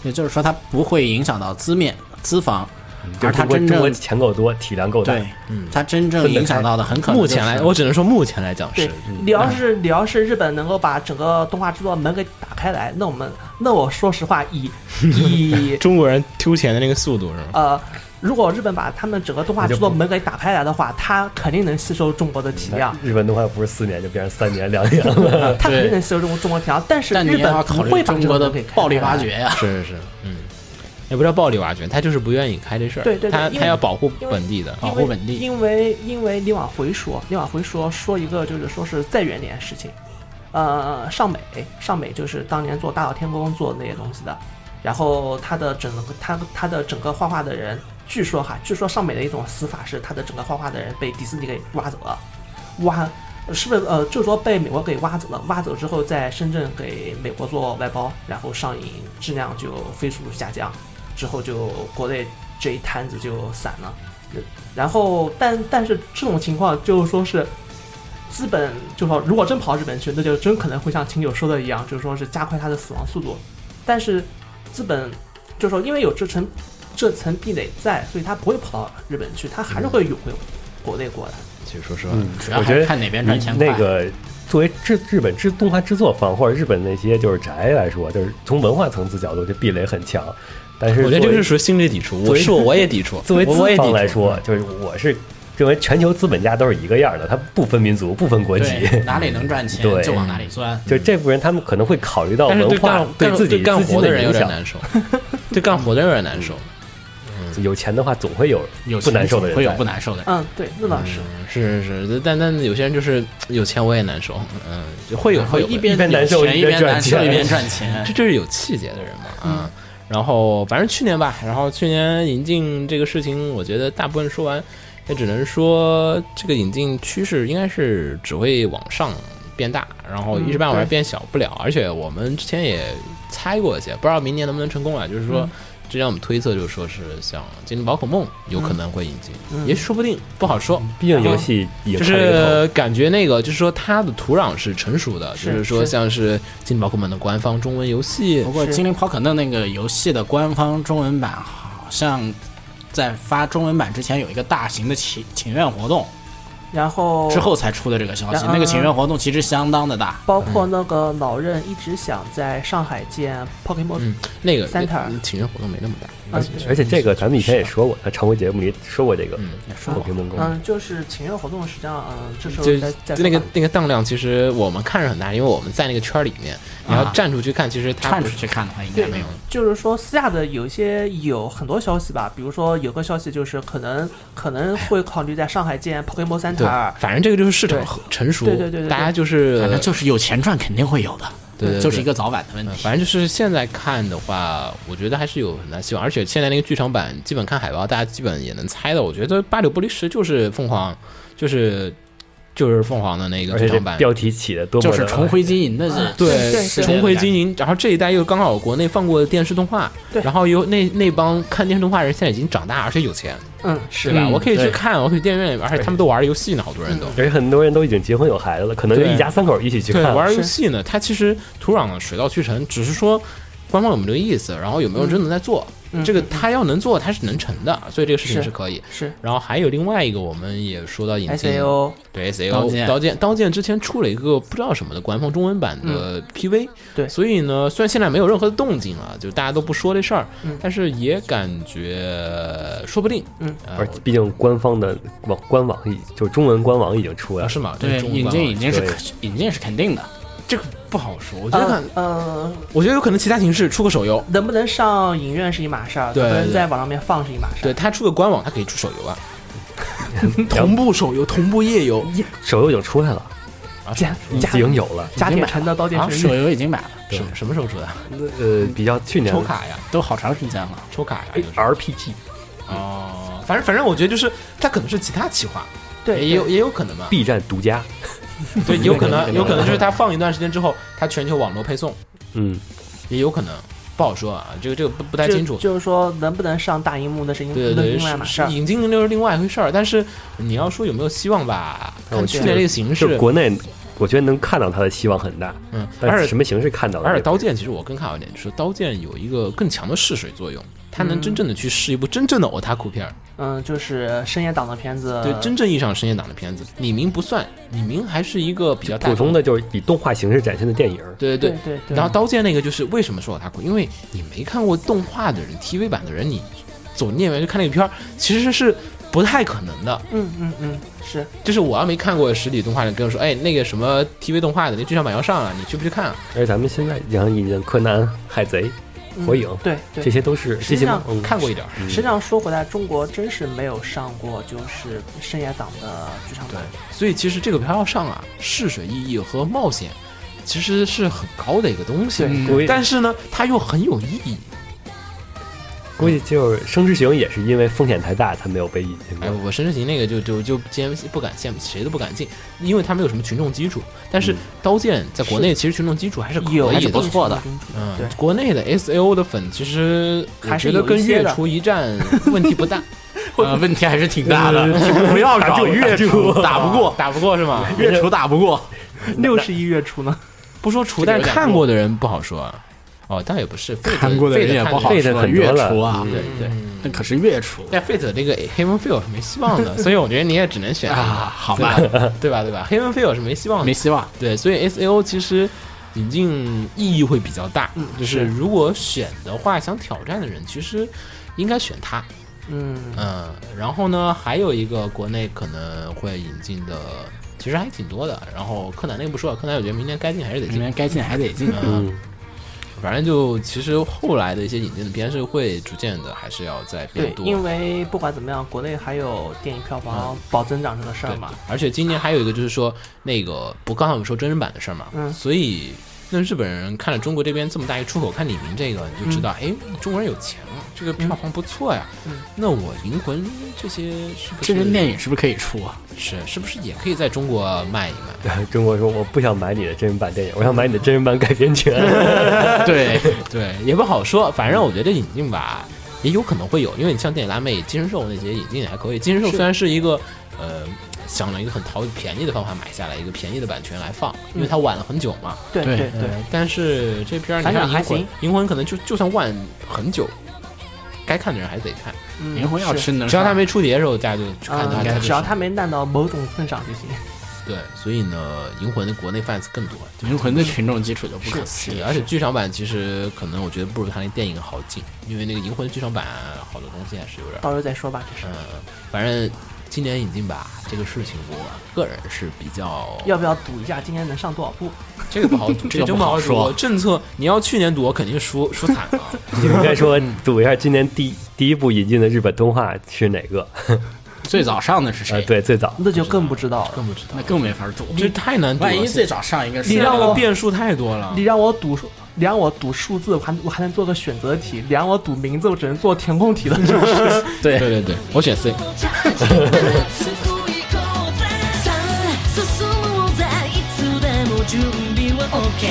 Speaker 2: 也就是说它不会影响到资面资方，
Speaker 4: 嗯就
Speaker 2: 而
Speaker 4: 是
Speaker 2: 它
Speaker 4: 中国
Speaker 2: 真
Speaker 4: 中国
Speaker 2: 正
Speaker 4: 钱够多，体量够大
Speaker 2: 对，，
Speaker 4: 嗯
Speaker 2: 它真正影响到的很可能
Speaker 1: 目
Speaker 2: 就是
Speaker 1: 前来，我只能说目前来讲
Speaker 3: 对
Speaker 1: 是，
Speaker 2: 嗯
Speaker 3: 你要是你要是日本能够把整个动画制作门给打开来，那我们那我说实话，以
Speaker 2: <laughs>
Speaker 3: 以
Speaker 1: 中国人丢钱的那个速度是吗？
Speaker 3: 呃，如果日本把他们整个动画制作门给打开来的话，它肯定能吸收中国的体量，
Speaker 4: 日本动画不是四年就变成三年、两年了，
Speaker 3: 它肯定能吸收中国中国体量，但是
Speaker 2: 但你
Speaker 3: 日
Speaker 2: 也要
Speaker 3: 本不
Speaker 2: 考
Speaker 3: 会
Speaker 2: 虑
Speaker 3: 把
Speaker 2: 中
Speaker 3: 这
Speaker 2: 国
Speaker 3: 个
Speaker 2: 的
Speaker 3: 门给开
Speaker 2: 暴力
Speaker 3: 开来
Speaker 2: 挖。掘呀、
Speaker 1: 是是是，嗯，也不知道暴力挖掘，他就是不愿意开这事儿，
Speaker 3: 对对对
Speaker 1: 他
Speaker 3: 因为
Speaker 1: 他要保护本地的，
Speaker 2: 保
Speaker 3: 因
Speaker 2: 护
Speaker 3: 为
Speaker 2: 本地
Speaker 3: 因为因为你往回说，你往回说说一个就是说是再远点的事情，呃，上美上美就是当年做大闹天宫做的那些东西的，然后他的整个他他的整个画画的人，据说哈，据说上美的一种死法是他的整个画画的人被迪士尼给挖走了，挖。是不是呃，就是说被美国给挖走了，挖走之后在深圳给美国做外包，然后上映质量就飞速下降，之后就国内这一摊子就散了。然后，但但是这种情况就是说是资本，就说如果真跑到日本去，那就真可能会像秦九说的一样，就是说是加快它的死亡速度。但是资本就是说，因为有这层这层壁垒在，所以它不会跑到日本去，它还是会涌回国内过来。
Speaker 1: 其实说实话，
Speaker 4: 嗯
Speaker 2: 主要
Speaker 4: 我
Speaker 2: 还
Speaker 4: 觉
Speaker 2: 是
Speaker 4: 得
Speaker 2: 看哪边赚钱快。
Speaker 4: 那个作为制日本制动画制作方或者日本那些就是宅来说，就是从文化层次角度，这壁垒很强。但是
Speaker 1: 我觉得这
Speaker 4: 作为
Speaker 1: 个是属于心理抵触，
Speaker 4: 作
Speaker 1: 我
Speaker 4: 为
Speaker 1: 是我我也抵触，
Speaker 4: 作为
Speaker 1: 我我
Speaker 4: 资
Speaker 1: 也抵
Speaker 4: 方
Speaker 1: 触嗯
Speaker 4: 来说，，就是我是认为全球资本家都是一个样儿的，他不分民族，不分国籍。
Speaker 2: 对，哪里能赚钱
Speaker 4: 对
Speaker 2: 就往哪里钻。
Speaker 4: 就这部分人，他们可能会考虑到
Speaker 1: 但是
Speaker 4: 文
Speaker 1: 对
Speaker 4: 化
Speaker 1: 干干
Speaker 4: 自己
Speaker 1: 干
Speaker 4: 资金
Speaker 1: 活的人有
Speaker 4: 影
Speaker 1: 点
Speaker 4: 响。
Speaker 1: 难受，对干活的人有点难
Speaker 4: <laughs>
Speaker 1: 受，
Speaker 4: 有钱的话，总会有
Speaker 2: 有
Speaker 4: 不难受的人在，
Speaker 2: 会有不难受的人，
Speaker 3: 嗯，对，那倒是。
Speaker 1: 嗯是是是，但但有些人就是有钱我也难受，嗯，就会有会有
Speaker 2: 一
Speaker 1: 的人
Speaker 2: 边
Speaker 4: 一边难受
Speaker 2: 有钱
Speaker 4: 一
Speaker 2: 一
Speaker 4: 边
Speaker 2: 边
Speaker 4: 赚
Speaker 2: 难受
Speaker 4: 钱
Speaker 2: 一边赚钱
Speaker 1: 这。就是有气节的人嘛，啊。然后反正去年吧，然后去年引进这个事情，我觉得大部分说完，也只能说这个引进趋势应该是只会往上变大，然后
Speaker 3: 嗯
Speaker 1: 一时半会儿
Speaker 3: 对
Speaker 1: 变小不了。而且我们之前也猜过一些，不知道明年能不能成功啊，就是说。之前我们推测就是说是像《精灵宝可梦》有可能会引进，
Speaker 3: 嗯
Speaker 1: 也许说不定，不好说。
Speaker 4: <laughs> 毕竟游戏也
Speaker 1: 嗯就
Speaker 4: 看了一个头
Speaker 1: 是感觉那个，就是说它的土壤是成熟的，
Speaker 3: 是
Speaker 1: 就是哦说
Speaker 3: 是
Speaker 1: 像是《精灵宝可梦》的官方中文游戏
Speaker 2: 不，过《
Speaker 3: 是
Speaker 2: 精灵宝可梦》那个游戏的官方中文版好像在发中文版之前有一个大型的请请愿活动，
Speaker 3: 然
Speaker 4: 哦
Speaker 3: 后
Speaker 2: 之后才出的这个消息。
Speaker 4: 啊
Speaker 3: 然后
Speaker 2: 那个请愿活动其实相当的大，
Speaker 3: 包括那个老任一直想在上海建 Pokemon，、
Speaker 1: 嗯，那个
Speaker 3: Center
Speaker 1: 那请愿活动没那么大，
Speaker 3: 嗯
Speaker 4: 而且这个咱们以前也说过，在常规节目里说过这个
Speaker 1: 嗯啊
Speaker 2: 也说
Speaker 4: 《
Speaker 2: 过
Speaker 4: 平梦宫》。
Speaker 3: 嗯，就是请愿活动，实际上，嗯，这时候
Speaker 1: 就
Speaker 3: 在在
Speaker 1: 就那
Speaker 3: 上
Speaker 1: 个
Speaker 3: 海
Speaker 1: 那个当量，其实我们看着很大，因为我们在那个圈儿里面，你要
Speaker 2: 啊
Speaker 1: 站出去看，其实它
Speaker 2: 看
Speaker 1: 不
Speaker 2: 出
Speaker 1: 是
Speaker 2: 去看的话应该
Speaker 3: 对
Speaker 2: 没有。，
Speaker 3: 就是说私下的有一些有很多消息吧，比如说有个消息就是可能可能会考虑在上海建 Pokemon 三
Speaker 1: 对 <laughs>
Speaker 3: 塔，，
Speaker 1: 反正这个就是市场
Speaker 3: 对
Speaker 1: 和成熟，
Speaker 3: 对对对对
Speaker 1: 大家就是
Speaker 2: 反正就是有钱赚肯定会有的，
Speaker 1: 对对对
Speaker 2: 就是一个早晚的问
Speaker 1: 嗯
Speaker 2: 题。
Speaker 1: 反正就是现在看的话，我觉得还是有很大希望。而且现在那个剧场版，基本看海报，大家基本也能猜到。我觉得八九不离十就是凤凰，就是就是凤凰的那个
Speaker 4: 而
Speaker 1: 剧
Speaker 4: 且这
Speaker 1: 场版，
Speaker 4: 标题起的多么
Speaker 2: 就
Speaker 4: 的
Speaker 2: 是重回金银的是，
Speaker 3: 对对
Speaker 1: 哎重回金银，然后这一代又刚好国内放过电视动画，
Speaker 3: 对
Speaker 1: 然后又那那帮看电视动画人现在已经长大，而且有钱，
Speaker 3: 嗯，
Speaker 1: 对吧？
Speaker 2: 嗯
Speaker 1: 我可以去
Speaker 2: 对
Speaker 1: 看，我可以去电影院，而且他们都玩游戏呢，好多人
Speaker 3: 嗯
Speaker 1: 都。
Speaker 4: 而且很多人都已经结婚有孩子了，可能就
Speaker 1: 对
Speaker 4: 一家三口一起去
Speaker 1: 对，
Speaker 4: 看。
Speaker 1: 玩
Speaker 3: 是
Speaker 1: 游戏呢，它其实土壤水到渠成，只是说官方有没有这个意思，然后有没有真的在做。
Speaker 3: 嗯
Speaker 1: 这个他要能做，他是能成的，所以这个事情
Speaker 3: 是
Speaker 1: 是可以。
Speaker 3: 是
Speaker 1: 然后还有另外一个，我们也说到引
Speaker 3: S
Speaker 1: 进
Speaker 3: A O，
Speaker 1: 对 S A
Speaker 2: 刀
Speaker 1: O
Speaker 2: 剑
Speaker 1: 刀剑刀剑之前出了一个不知道什么的官方中文版的 P V，、
Speaker 3: 对
Speaker 1: 所以呢，虽然现在没有任何的动静了，就大家都不说这事儿，
Speaker 3: 嗯
Speaker 1: 但是也感觉说不定，
Speaker 3: 嗯
Speaker 1: 呃，
Speaker 4: 而毕竟官方的网官网已就中文官网已经出来
Speaker 1: 啊
Speaker 4: 了，
Speaker 1: 是吗？这
Speaker 2: 对，
Speaker 1: 是中文
Speaker 2: 引
Speaker 1: 官网
Speaker 2: 进已经是
Speaker 4: 对
Speaker 2: 肯引进是肯定的，
Speaker 1: 这个不好说，我觉得可
Speaker 3: 呃
Speaker 1: 能，
Speaker 3: 呃，
Speaker 1: 我觉得有可能其他形式出个手游，
Speaker 3: 能不能上影院是一码事儿，
Speaker 1: 对
Speaker 3: 能不能
Speaker 1: 对
Speaker 3: 在网上面放是一码事
Speaker 1: 对
Speaker 3: 儿。
Speaker 1: 他出个官网，他可以出手游啊， <laughs> 同步手游、同步页游
Speaker 4: 手游已经出来了，
Speaker 1: 啊，
Speaker 3: 加
Speaker 4: 已
Speaker 3: 加
Speaker 4: 经有了。
Speaker 3: 加铁城的刀剑
Speaker 1: 啊
Speaker 3: 神
Speaker 2: 手
Speaker 3: 域，
Speaker 2: 游已经买了，
Speaker 1: 什么什么时候出的？
Speaker 4: 呃，比较去年
Speaker 1: 抽卡呀，
Speaker 2: 都好长时间
Speaker 1: <laughs>
Speaker 2: 了。
Speaker 1: 抽卡呀，就是
Speaker 4: RPG
Speaker 1: 哦，反正反正我觉得就是他可能是其他企划，
Speaker 3: 对，
Speaker 1: 也有也有可能嘛，
Speaker 4: B 站独家，
Speaker 1: 对，有可能，
Speaker 4: 对
Speaker 1: 有可能就是它放一段时间之后，它全球网络配送
Speaker 4: 嗯，
Speaker 1: 也有可能，不好说啊，这个这个不不太
Speaker 3: 就
Speaker 1: 清楚。
Speaker 3: 就是说能不能上大荧幕那是另
Speaker 1: 对
Speaker 3: 那
Speaker 1: 对对
Speaker 3: 另外一码
Speaker 1: 是，
Speaker 3: 事
Speaker 1: 是
Speaker 3: 儿。
Speaker 1: 引进流是另外一回事儿，但是你要说有没有希望吧，
Speaker 4: 那我
Speaker 1: 看去
Speaker 4: 觉得
Speaker 1: 年这个形
Speaker 4: 就
Speaker 1: 式，
Speaker 4: 国内我觉得能看到它的希望很大，
Speaker 1: 嗯，
Speaker 4: 但
Speaker 1: 而
Speaker 4: 是
Speaker 1: 且
Speaker 4: 什么形式看到的？
Speaker 1: 而且刀剑其实我更看好一点，就是刀剑有一个更强的试水作用，它能真正的去试一部真正的 otaku 片儿，
Speaker 3: 嗯，就是深夜档的片子，
Speaker 1: 对，真正意义上深夜档的片子，李明不算，李明还是一个比较大
Speaker 4: 普通的，就是以动画形式展现的电影，
Speaker 1: 对对对。
Speaker 3: 对对对。
Speaker 1: 然后刀剑那个就是为什么说 otaku，因为你没看过动画的人，TV 版的人，你走电影院去看那个片儿，其实是不太可能的。
Speaker 3: 嗯嗯嗯，是
Speaker 1: 就是我要没看过实体动画的，跟我说，哎，那个什么 TV 动画的那剧场版要上了，你去不去看啊？
Speaker 4: 而且咱们现在像引进柯南、海贼、
Speaker 3: 嗯
Speaker 4: 火影
Speaker 3: 对对
Speaker 4: 这。些都是这
Speaker 3: 实际
Speaker 4: 些
Speaker 3: 上
Speaker 4: 嗯
Speaker 1: 看过一点儿，
Speaker 4: 嗯
Speaker 3: 实际上说回来，中国真是没有上过就是深夜档的剧场版。
Speaker 1: 所以其实这个片儿要上啊，试水意义和冒险其实是很高的一个东西，
Speaker 2: 嗯
Speaker 4: 估计
Speaker 1: 但是呢，它又很有意义。
Speaker 4: 估计就是《生之行》也是因为风险太大才没有被引进
Speaker 1: 哎，
Speaker 4: 的。
Speaker 1: 我神之行那个就就就先不敢先谁都不敢进，因为它没有什么群众基础。但是
Speaker 4: 嗯
Speaker 1: 刀剑在国内其实群众基础还是可以
Speaker 3: 有
Speaker 1: 的，
Speaker 2: 还是不错的
Speaker 1: 嗯
Speaker 3: 对，
Speaker 1: 国内的 S A O 的粉其实
Speaker 3: 还是
Speaker 1: 我觉得
Speaker 3: 有一
Speaker 1: 跟
Speaker 3: 些
Speaker 1: 月
Speaker 3: 的
Speaker 1: 厨一
Speaker 2: <laughs>
Speaker 1: 战问题不大，
Speaker 2: 呃，问题还是挺大的，
Speaker 4: <laughs>
Speaker 2: 不要
Speaker 4: 嗯打
Speaker 2: 找
Speaker 4: 住
Speaker 2: 月
Speaker 4: 打住
Speaker 2: 厨打不过，
Speaker 1: 打不过是吗？
Speaker 2: 月厨打不过，
Speaker 3: 六十一月初呢，
Speaker 1: 不说厨，
Speaker 2: 这个
Speaker 1: 但
Speaker 2: 有
Speaker 1: 是
Speaker 2: 点
Speaker 1: 看
Speaker 2: 多
Speaker 1: 过的人不好说啊。哦，倒也不是，
Speaker 2: 韩国的人也不好
Speaker 4: 费得
Speaker 2: 说，
Speaker 4: 很多
Speaker 2: 月
Speaker 4: 了
Speaker 2: 厨啊，
Speaker 4: 嗯
Speaker 1: 对对。
Speaker 2: 那可是月厨
Speaker 1: 但 Fate 这个 Haven Feel 是没希望
Speaker 2: <laughs>
Speaker 1: 的，所以我觉得你也只能选一个
Speaker 2: 啊，好吧，
Speaker 1: 对吧？对吧？对吧？Haven Feel 是没希望
Speaker 2: 没
Speaker 1: 的，
Speaker 2: 希望。
Speaker 1: 对，所以 S A O 其实引进意义会比较大。
Speaker 3: 嗯
Speaker 1: 就是
Speaker 3: 是
Speaker 1: 如果选的话，想挑战的人其实应该选它。
Speaker 3: 嗯，
Speaker 1: 嗯，然后呢，还有一个国内可能会引进的，其实还挺多的。然后柯南那个不说了，柯南我觉得明年该进还是得
Speaker 2: 里
Speaker 1: 进。
Speaker 2: 面该进还得进，
Speaker 1: 嗯，
Speaker 4: 嗯，
Speaker 1: 反正就其实后来的一些引进的片是会逐渐的还是要再
Speaker 3: 对
Speaker 1: 变，多。
Speaker 3: 因为不管怎么样，国内还有电影票房保增长这个事儿
Speaker 1: 对
Speaker 3: 嘛。
Speaker 1: 而且今年还有一个就是说，那个不刚才我们说真人版的事儿嘛，
Speaker 3: 嗯
Speaker 1: 所以那日本人看了中国这边这么大一出口，看李明这个你就知道，哎、中国人有钱啊，这个票房不错呀。
Speaker 3: 嗯
Speaker 1: 那我银魂这些是不是
Speaker 2: 真人电影是不是可以出啊？
Speaker 1: 是是不是也可以在中国卖一卖？
Speaker 4: 对中国说我不想买你的真人版电影，我想买你的真人版改编权。
Speaker 2: <laughs>
Speaker 4: <laughs>
Speaker 2: 对，
Speaker 1: <laughs> 对，也不好说。反正我觉得引进吧，也有可能会有，因为你像电影辣妹、金兽那些引进也还可以。金兽虽然是一个呃想了一个很淘便宜的方法买下来一个便宜的版权来放，因为它晚了很久嘛。
Speaker 3: 对
Speaker 2: 对
Speaker 3: 对对，
Speaker 1: 呃但是这片儿你看
Speaker 3: 反响
Speaker 1: 银
Speaker 3: 还
Speaker 1: 魂
Speaker 3: 行，
Speaker 1: 银魂可能就就算晚很久。该看的人还得看，
Speaker 3: 嗯
Speaker 2: 灵魂要
Speaker 3: 是
Speaker 2: 吃能上，
Speaker 1: 只要它没出碟的时候，大家就去看它。
Speaker 3: 啊
Speaker 1: 它就，
Speaker 3: 只要
Speaker 1: 是
Speaker 3: 他没烂到某种份上就行。
Speaker 1: 对，所以呢，银魂的国内 fans 更多，啊就
Speaker 2: 灵魂的群众基础就不可思
Speaker 1: 是
Speaker 2: 议
Speaker 1: 的，。而且剧场版其实可能我觉得不如它那电影好进，因为那个银魂剧场版好多东西还是有点
Speaker 3: 到时候再说吧，这事儿
Speaker 1: 嗯，反正今年引进吧，这个事情我个人是比较
Speaker 3: <laughs> 要不要赌一下今年能上多少部？
Speaker 1: 这个不好
Speaker 3: <laughs>
Speaker 1: 赌，
Speaker 2: 这个
Speaker 1: 真
Speaker 2: 不好
Speaker 1: 好
Speaker 2: 说
Speaker 1: 政策你要去年赌，我肯定输输惨了。
Speaker 3: <laughs>
Speaker 4: 你们应该说赌一下今年第第一部引进的日本动画是哪个？
Speaker 2: 最早上的是
Speaker 4: 呃，
Speaker 2: 谁？
Speaker 4: 对，最早
Speaker 1: 嗯
Speaker 3: 那就更不知道了。
Speaker 1: 更不知道
Speaker 2: 那，更没法赌。
Speaker 1: 这
Speaker 2: <laughs>
Speaker 1: 太难赌了。
Speaker 2: 万一最早上一个是，
Speaker 1: 你让我
Speaker 3: 我
Speaker 1: 变数太多了
Speaker 3: 你。让我赌数，你让我赌数字，我还我还能做个选择题；你让我赌名字，我只能做填空题了。是不是
Speaker 1: 对对对，我选 C。
Speaker 5: 「進むうぜいつでも準備は OK」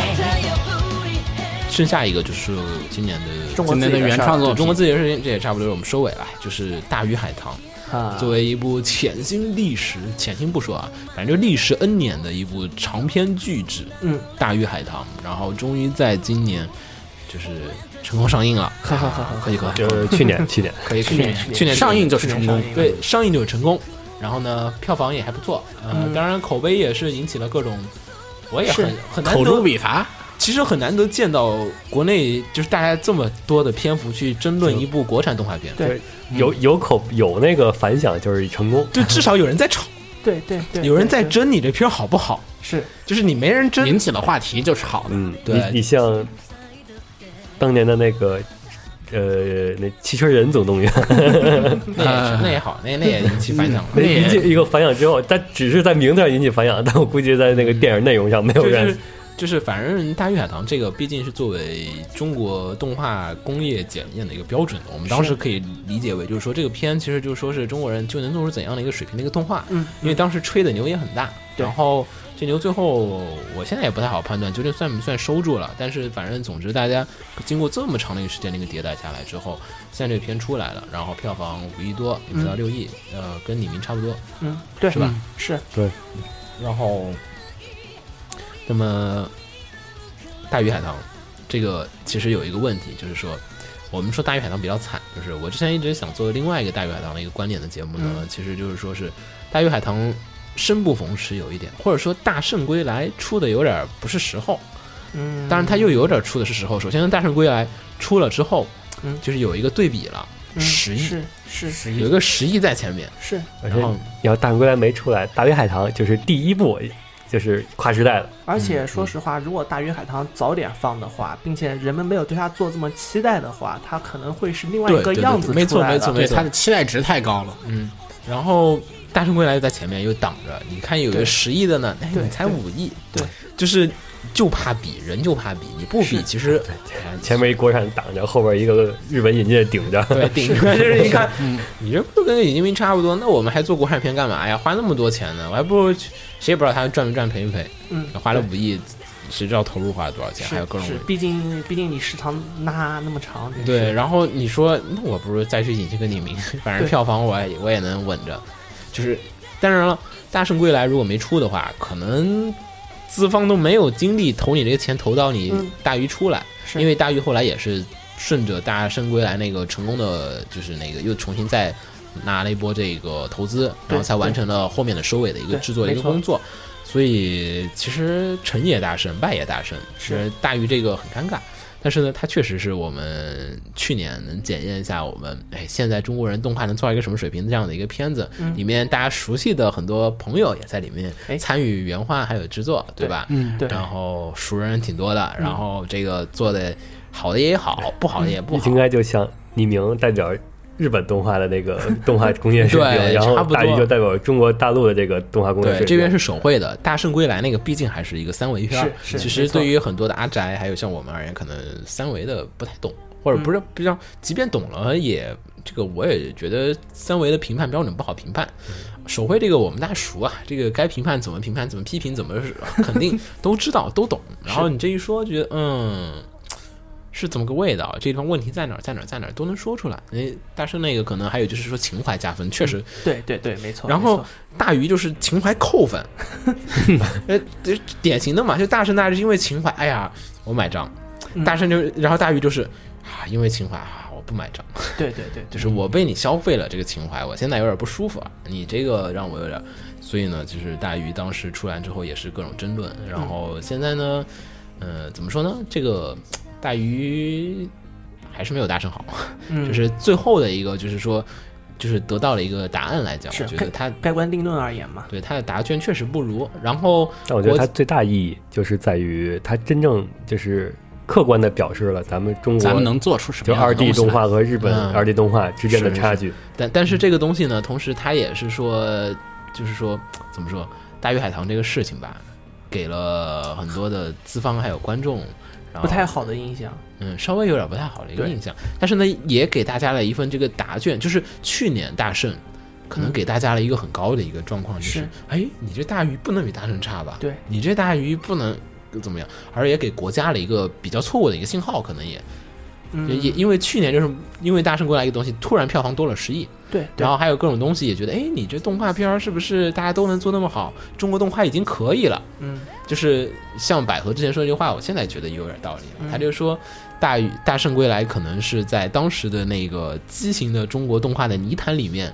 Speaker 1: 剩下一个就是今年的
Speaker 3: 中国
Speaker 2: 今
Speaker 3: 自
Speaker 2: 年的
Speaker 3: 己事
Speaker 2: 原
Speaker 3: 儿
Speaker 2: 创作
Speaker 1: 对中
Speaker 2: 品
Speaker 1: 国自己的事情，这也差不多是我们收尾了。就是《大鱼海棠》
Speaker 3: 啊，
Speaker 1: 作为一部潜心历史，潜心不说啊，反正就历时 N 年的一部长篇巨制，
Speaker 3: 嗯
Speaker 1: 《大鱼海棠》，然后终于在今年就是成功上映了，
Speaker 3: 呵呵呵呵
Speaker 1: 可以可以
Speaker 4: 就是去年，
Speaker 1: <laughs>
Speaker 4: 去年
Speaker 1: 可以，
Speaker 2: 去年
Speaker 1: 去年
Speaker 2: 上映就是
Speaker 3: 去
Speaker 2: 成
Speaker 3: 年
Speaker 2: 功
Speaker 3: 上，映
Speaker 1: 对上映就是成功，然后呢票房也还不错，呃，当然口碑也是引起了各种，我也
Speaker 3: 是
Speaker 1: 很很难
Speaker 2: 口诛
Speaker 1: 得，
Speaker 2: 笔伐，
Speaker 1: 其实很难得见到国内就是大家这么多的篇幅去争论一部国产动画片，
Speaker 3: 对
Speaker 4: 有有口有那个反响，就是成功。
Speaker 1: 就至少有人在吵，
Speaker 3: 对对对，
Speaker 1: 有人
Speaker 3: 对
Speaker 1: 在
Speaker 3: 对
Speaker 1: 争你这片儿好不好，
Speaker 3: 是
Speaker 1: 就是你没人争，
Speaker 2: 引起了话题就是好的。
Speaker 4: 嗯，
Speaker 1: 对
Speaker 4: 你你像当年的那个呃，那汽车人总动员，
Speaker 1: 那也是那也好，那那也引起反响了。
Speaker 2: 那也
Speaker 4: <laughs> 引起一个反响之后，它只是在名字上引起反响，但我估计在那个电影内容上没有
Speaker 1: 嗯就
Speaker 4: 人。
Speaker 1: 是就是，反正《大鱼海棠》这个毕竟是作为中国动画工业检验的一个标准的，我们当时可以理解为，就是说这个片其实就说是中国人就能做出怎样的一个水平的一个动画，
Speaker 3: 嗯，
Speaker 1: 因为当时吹的牛也很大，
Speaker 3: 对
Speaker 1: 然后这牛最后我现在也不太好判断究竟算不算收住了，但是反正总之大家经过这么长的一个时间的一个迭代下来之后，现在这片出来了，然后票房五亿多，也不到六亿，呃，跟李明差不多，
Speaker 3: 嗯对
Speaker 1: 是吧？
Speaker 3: 是
Speaker 1: 然后，那么《大鱼海棠》这个其实有一个问题，就是说我们说《大鱼海棠》比较惨，就是我之前一直想做另外一个《大鱼海棠》的一个观点的节目呢，
Speaker 3: 嗯
Speaker 1: 其实就是说是《大鱼海棠》生不逢时有一点，或者说《大圣归来》出的有点儿不是时候，
Speaker 3: 嗯，
Speaker 1: 当然它又有点儿出的是时候。首先，《大圣归来》出了之后，
Speaker 3: 嗯
Speaker 1: 就是有一个对比了，
Speaker 3: 嗯
Speaker 1: 十亿
Speaker 3: 是是是
Speaker 1: 有一个十亿在前面，
Speaker 3: 是
Speaker 4: 而且
Speaker 1: 然后
Speaker 4: 你要《大圣归来》没出来，《大鱼海棠》就是第一部，就是跨时代了。
Speaker 3: 而
Speaker 1: 嗯
Speaker 3: 且说实话，如果《大鱼海棠》早点放的话，并且人们没有对它做这么期待的话，它可能会是另外
Speaker 1: 对
Speaker 3: 一个
Speaker 1: 对对
Speaker 3: 样子
Speaker 1: 没错
Speaker 3: 出来
Speaker 1: 没
Speaker 3: 的
Speaker 1: 错没
Speaker 2: 对
Speaker 1: 错
Speaker 2: 他的期待值太高了，
Speaker 1: 嗯，然后《大圣归来》在前面又挡着，你看有个
Speaker 3: 对
Speaker 1: 十亿的呢，哎，
Speaker 3: 对
Speaker 1: 你才
Speaker 3: 对
Speaker 1: 五亿，
Speaker 3: 对，
Speaker 1: 就是就怕比，人就怕比，你不比其实哎
Speaker 4: 前面一国产挡着，后边一个日本引进的顶着。
Speaker 3: <laughs>
Speaker 1: 对顶着就是一看， <laughs> 你这不跟个影迷差不多，那我们还做国产片干嘛呀？花那么多钱呢，我还不如去，谁也不知道他赚没赚赔没赔，
Speaker 3: 嗯，
Speaker 1: 花了
Speaker 3: 对
Speaker 1: 五亿，谁知道投入花了多少钱？还有各种
Speaker 3: 是，是毕竟毕竟你时长拉那么长，真是
Speaker 1: 对，然后你说那我不如再去引进个匿名， <laughs> 反正
Speaker 3: 对
Speaker 1: 票房我也我也能稳着。就是当然了，《大圣归来》如果没出的话，可能资方都没有精力投你这个钱投到你
Speaker 3: 嗯
Speaker 1: 大鱼出来，
Speaker 3: 是
Speaker 1: 因为大鱼后来也是顺着《大圣归来》那个成功的，就是那个又重新再拿了一波这个投资，然后
Speaker 3: 对
Speaker 1: 才完成了后面的收尾的一个
Speaker 3: 对
Speaker 1: 制作的一个
Speaker 3: 没错
Speaker 1: 工作。所以其实成也大圣，败也大圣，
Speaker 3: 是
Speaker 1: 其实大鱼这个很尴尬。但是呢，它确实是我们去年能检验一下我们哎，现在中国人动画能做到一个什么水平这样的一个片子，里面大家熟悉的很多朋友也在里面
Speaker 3: 哎
Speaker 1: 参与原画还有制作，对吧？
Speaker 2: 嗯，
Speaker 3: 对
Speaker 1: 然后熟人挺多的，然后这个做的好的也好，不好的也不好
Speaker 4: 应，该就像匿名代表日本动画的
Speaker 1: <laughs>
Speaker 4: 那个动画工业水
Speaker 1: 对
Speaker 4: 平，然
Speaker 1: 差
Speaker 4: 后
Speaker 1: 不多
Speaker 4: 大鱼就代表中国大陆的这个动画工业水
Speaker 1: 对，
Speaker 4: 平。
Speaker 1: 这边是手绘的，《大圣归来》那个毕竟还是一个三维片儿。
Speaker 3: 是是
Speaker 1: 其
Speaker 3: 没
Speaker 1: 实
Speaker 3: 错
Speaker 1: 对于很多的阿宅，还有像我们而言，可能三维的不太懂，或者不是不知道，即便懂了也这个我也觉得三维的评判标准不好评判。手绘这个我们大家熟啊，这个该评判怎么评判，怎么批评，怎么是肯定都知道都懂。然后你这一说，觉得嗯。是怎么个味道？这地方问题在哪儿？在哪儿？在哪儿？都能说出来。哎，大圣那个可能还有就是说情怀加分，确实
Speaker 3: 对对对，没错。
Speaker 1: 然
Speaker 3: 没
Speaker 1: 后
Speaker 3: 错
Speaker 1: 大鱼就是情怀扣
Speaker 3: <laughs>
Speaker 1: 分，呃，这典型的嘛，就大圣大家是因为情怀，哎呀，我买账。
Speaker 3: 嗯
Speaker 1: 大圣就，然后大鱼就是啊，因为情怀啊，我不买账，
Speaker 3: 对对对，
Speaker 1: 就是我被你消费了这个情怀，我现在有点不舒服啊，你这个让我有点，所以呢，就是大鱼当时出来之后也是各种争论，然后现在呢，呃，怎么说呢，这个大鱼还是没有大圣好，
Speaker 3: 嗯
Speaker 1: 就是最后的一个就是说。就是得到了一个答案来讲，
Speaker 3: 是
Speaker 1: 我觉得他
Speaker 3: 盖棺定论而言嘛，
Speaker 1: 对他的答卷确实不如。然后，
Speaker 4: 但我觉得它
Speaker 1: 国
Speaker 4: 最大意义就是在于它真正就是客观的表示了咱们中
Speaker 2: 咱们
Speaker 4: 国
Speaker 2: 能做出什么
Speaker 4: 就
Speaker 2: 样的
Speaker 4: 二
Speaker 2: 东西
Speaker 4: D
Speaker 2: 来
Speaker 4: 动画和日本
Speaker 1: 嗯
Speaker 4: 二 D 动画之间的
Speaker 1: 是是
Speaker 4: 差距。
Speaker 1: 但但是这个东西呢，同时他也是说，就是说怎么说，大鱼海棠这个事情吧，给了很多的资方还有观众，然后
Speaker 3: 不太，好的印象。
Speaker 1: 嗯，稍微有点不太好的一个
Speaker 3: 对
Speaker 1: 印象。但是呢，也给大家了一份这个答卷，就是去年大圣。可能
Speaker 3: 嗯
Speaker 1: 给大家了一个很高的一个状况，就是
Speaker 3: 是，
Speaker 1: 哎，你这大鱼不能比大圣差吧？
Speaker 3: 对，
Speaker 1: 你这大鱼不能怎么样，而也给国家了一个比较错误的一个信号，可能也，
Speaker 3: 嗯
Speaker 1: 也也因为去年就是因为《大圣归来》一个东西，突然票房多了十亿，
Speaker 3: 对对
Speaker 1: 然后还有各种东西也觉得，哎，你这动画片儿是不是大家都能做那么好？中国动画已经可以了。
Speaker 3: 嗯，
Speaker 1: 就是像百合之前说这句话，我现在觉得也有点道理。啊他就说，大禹《大圣归来》可能是在当时的那个畸形的中国动画的泥潭里面，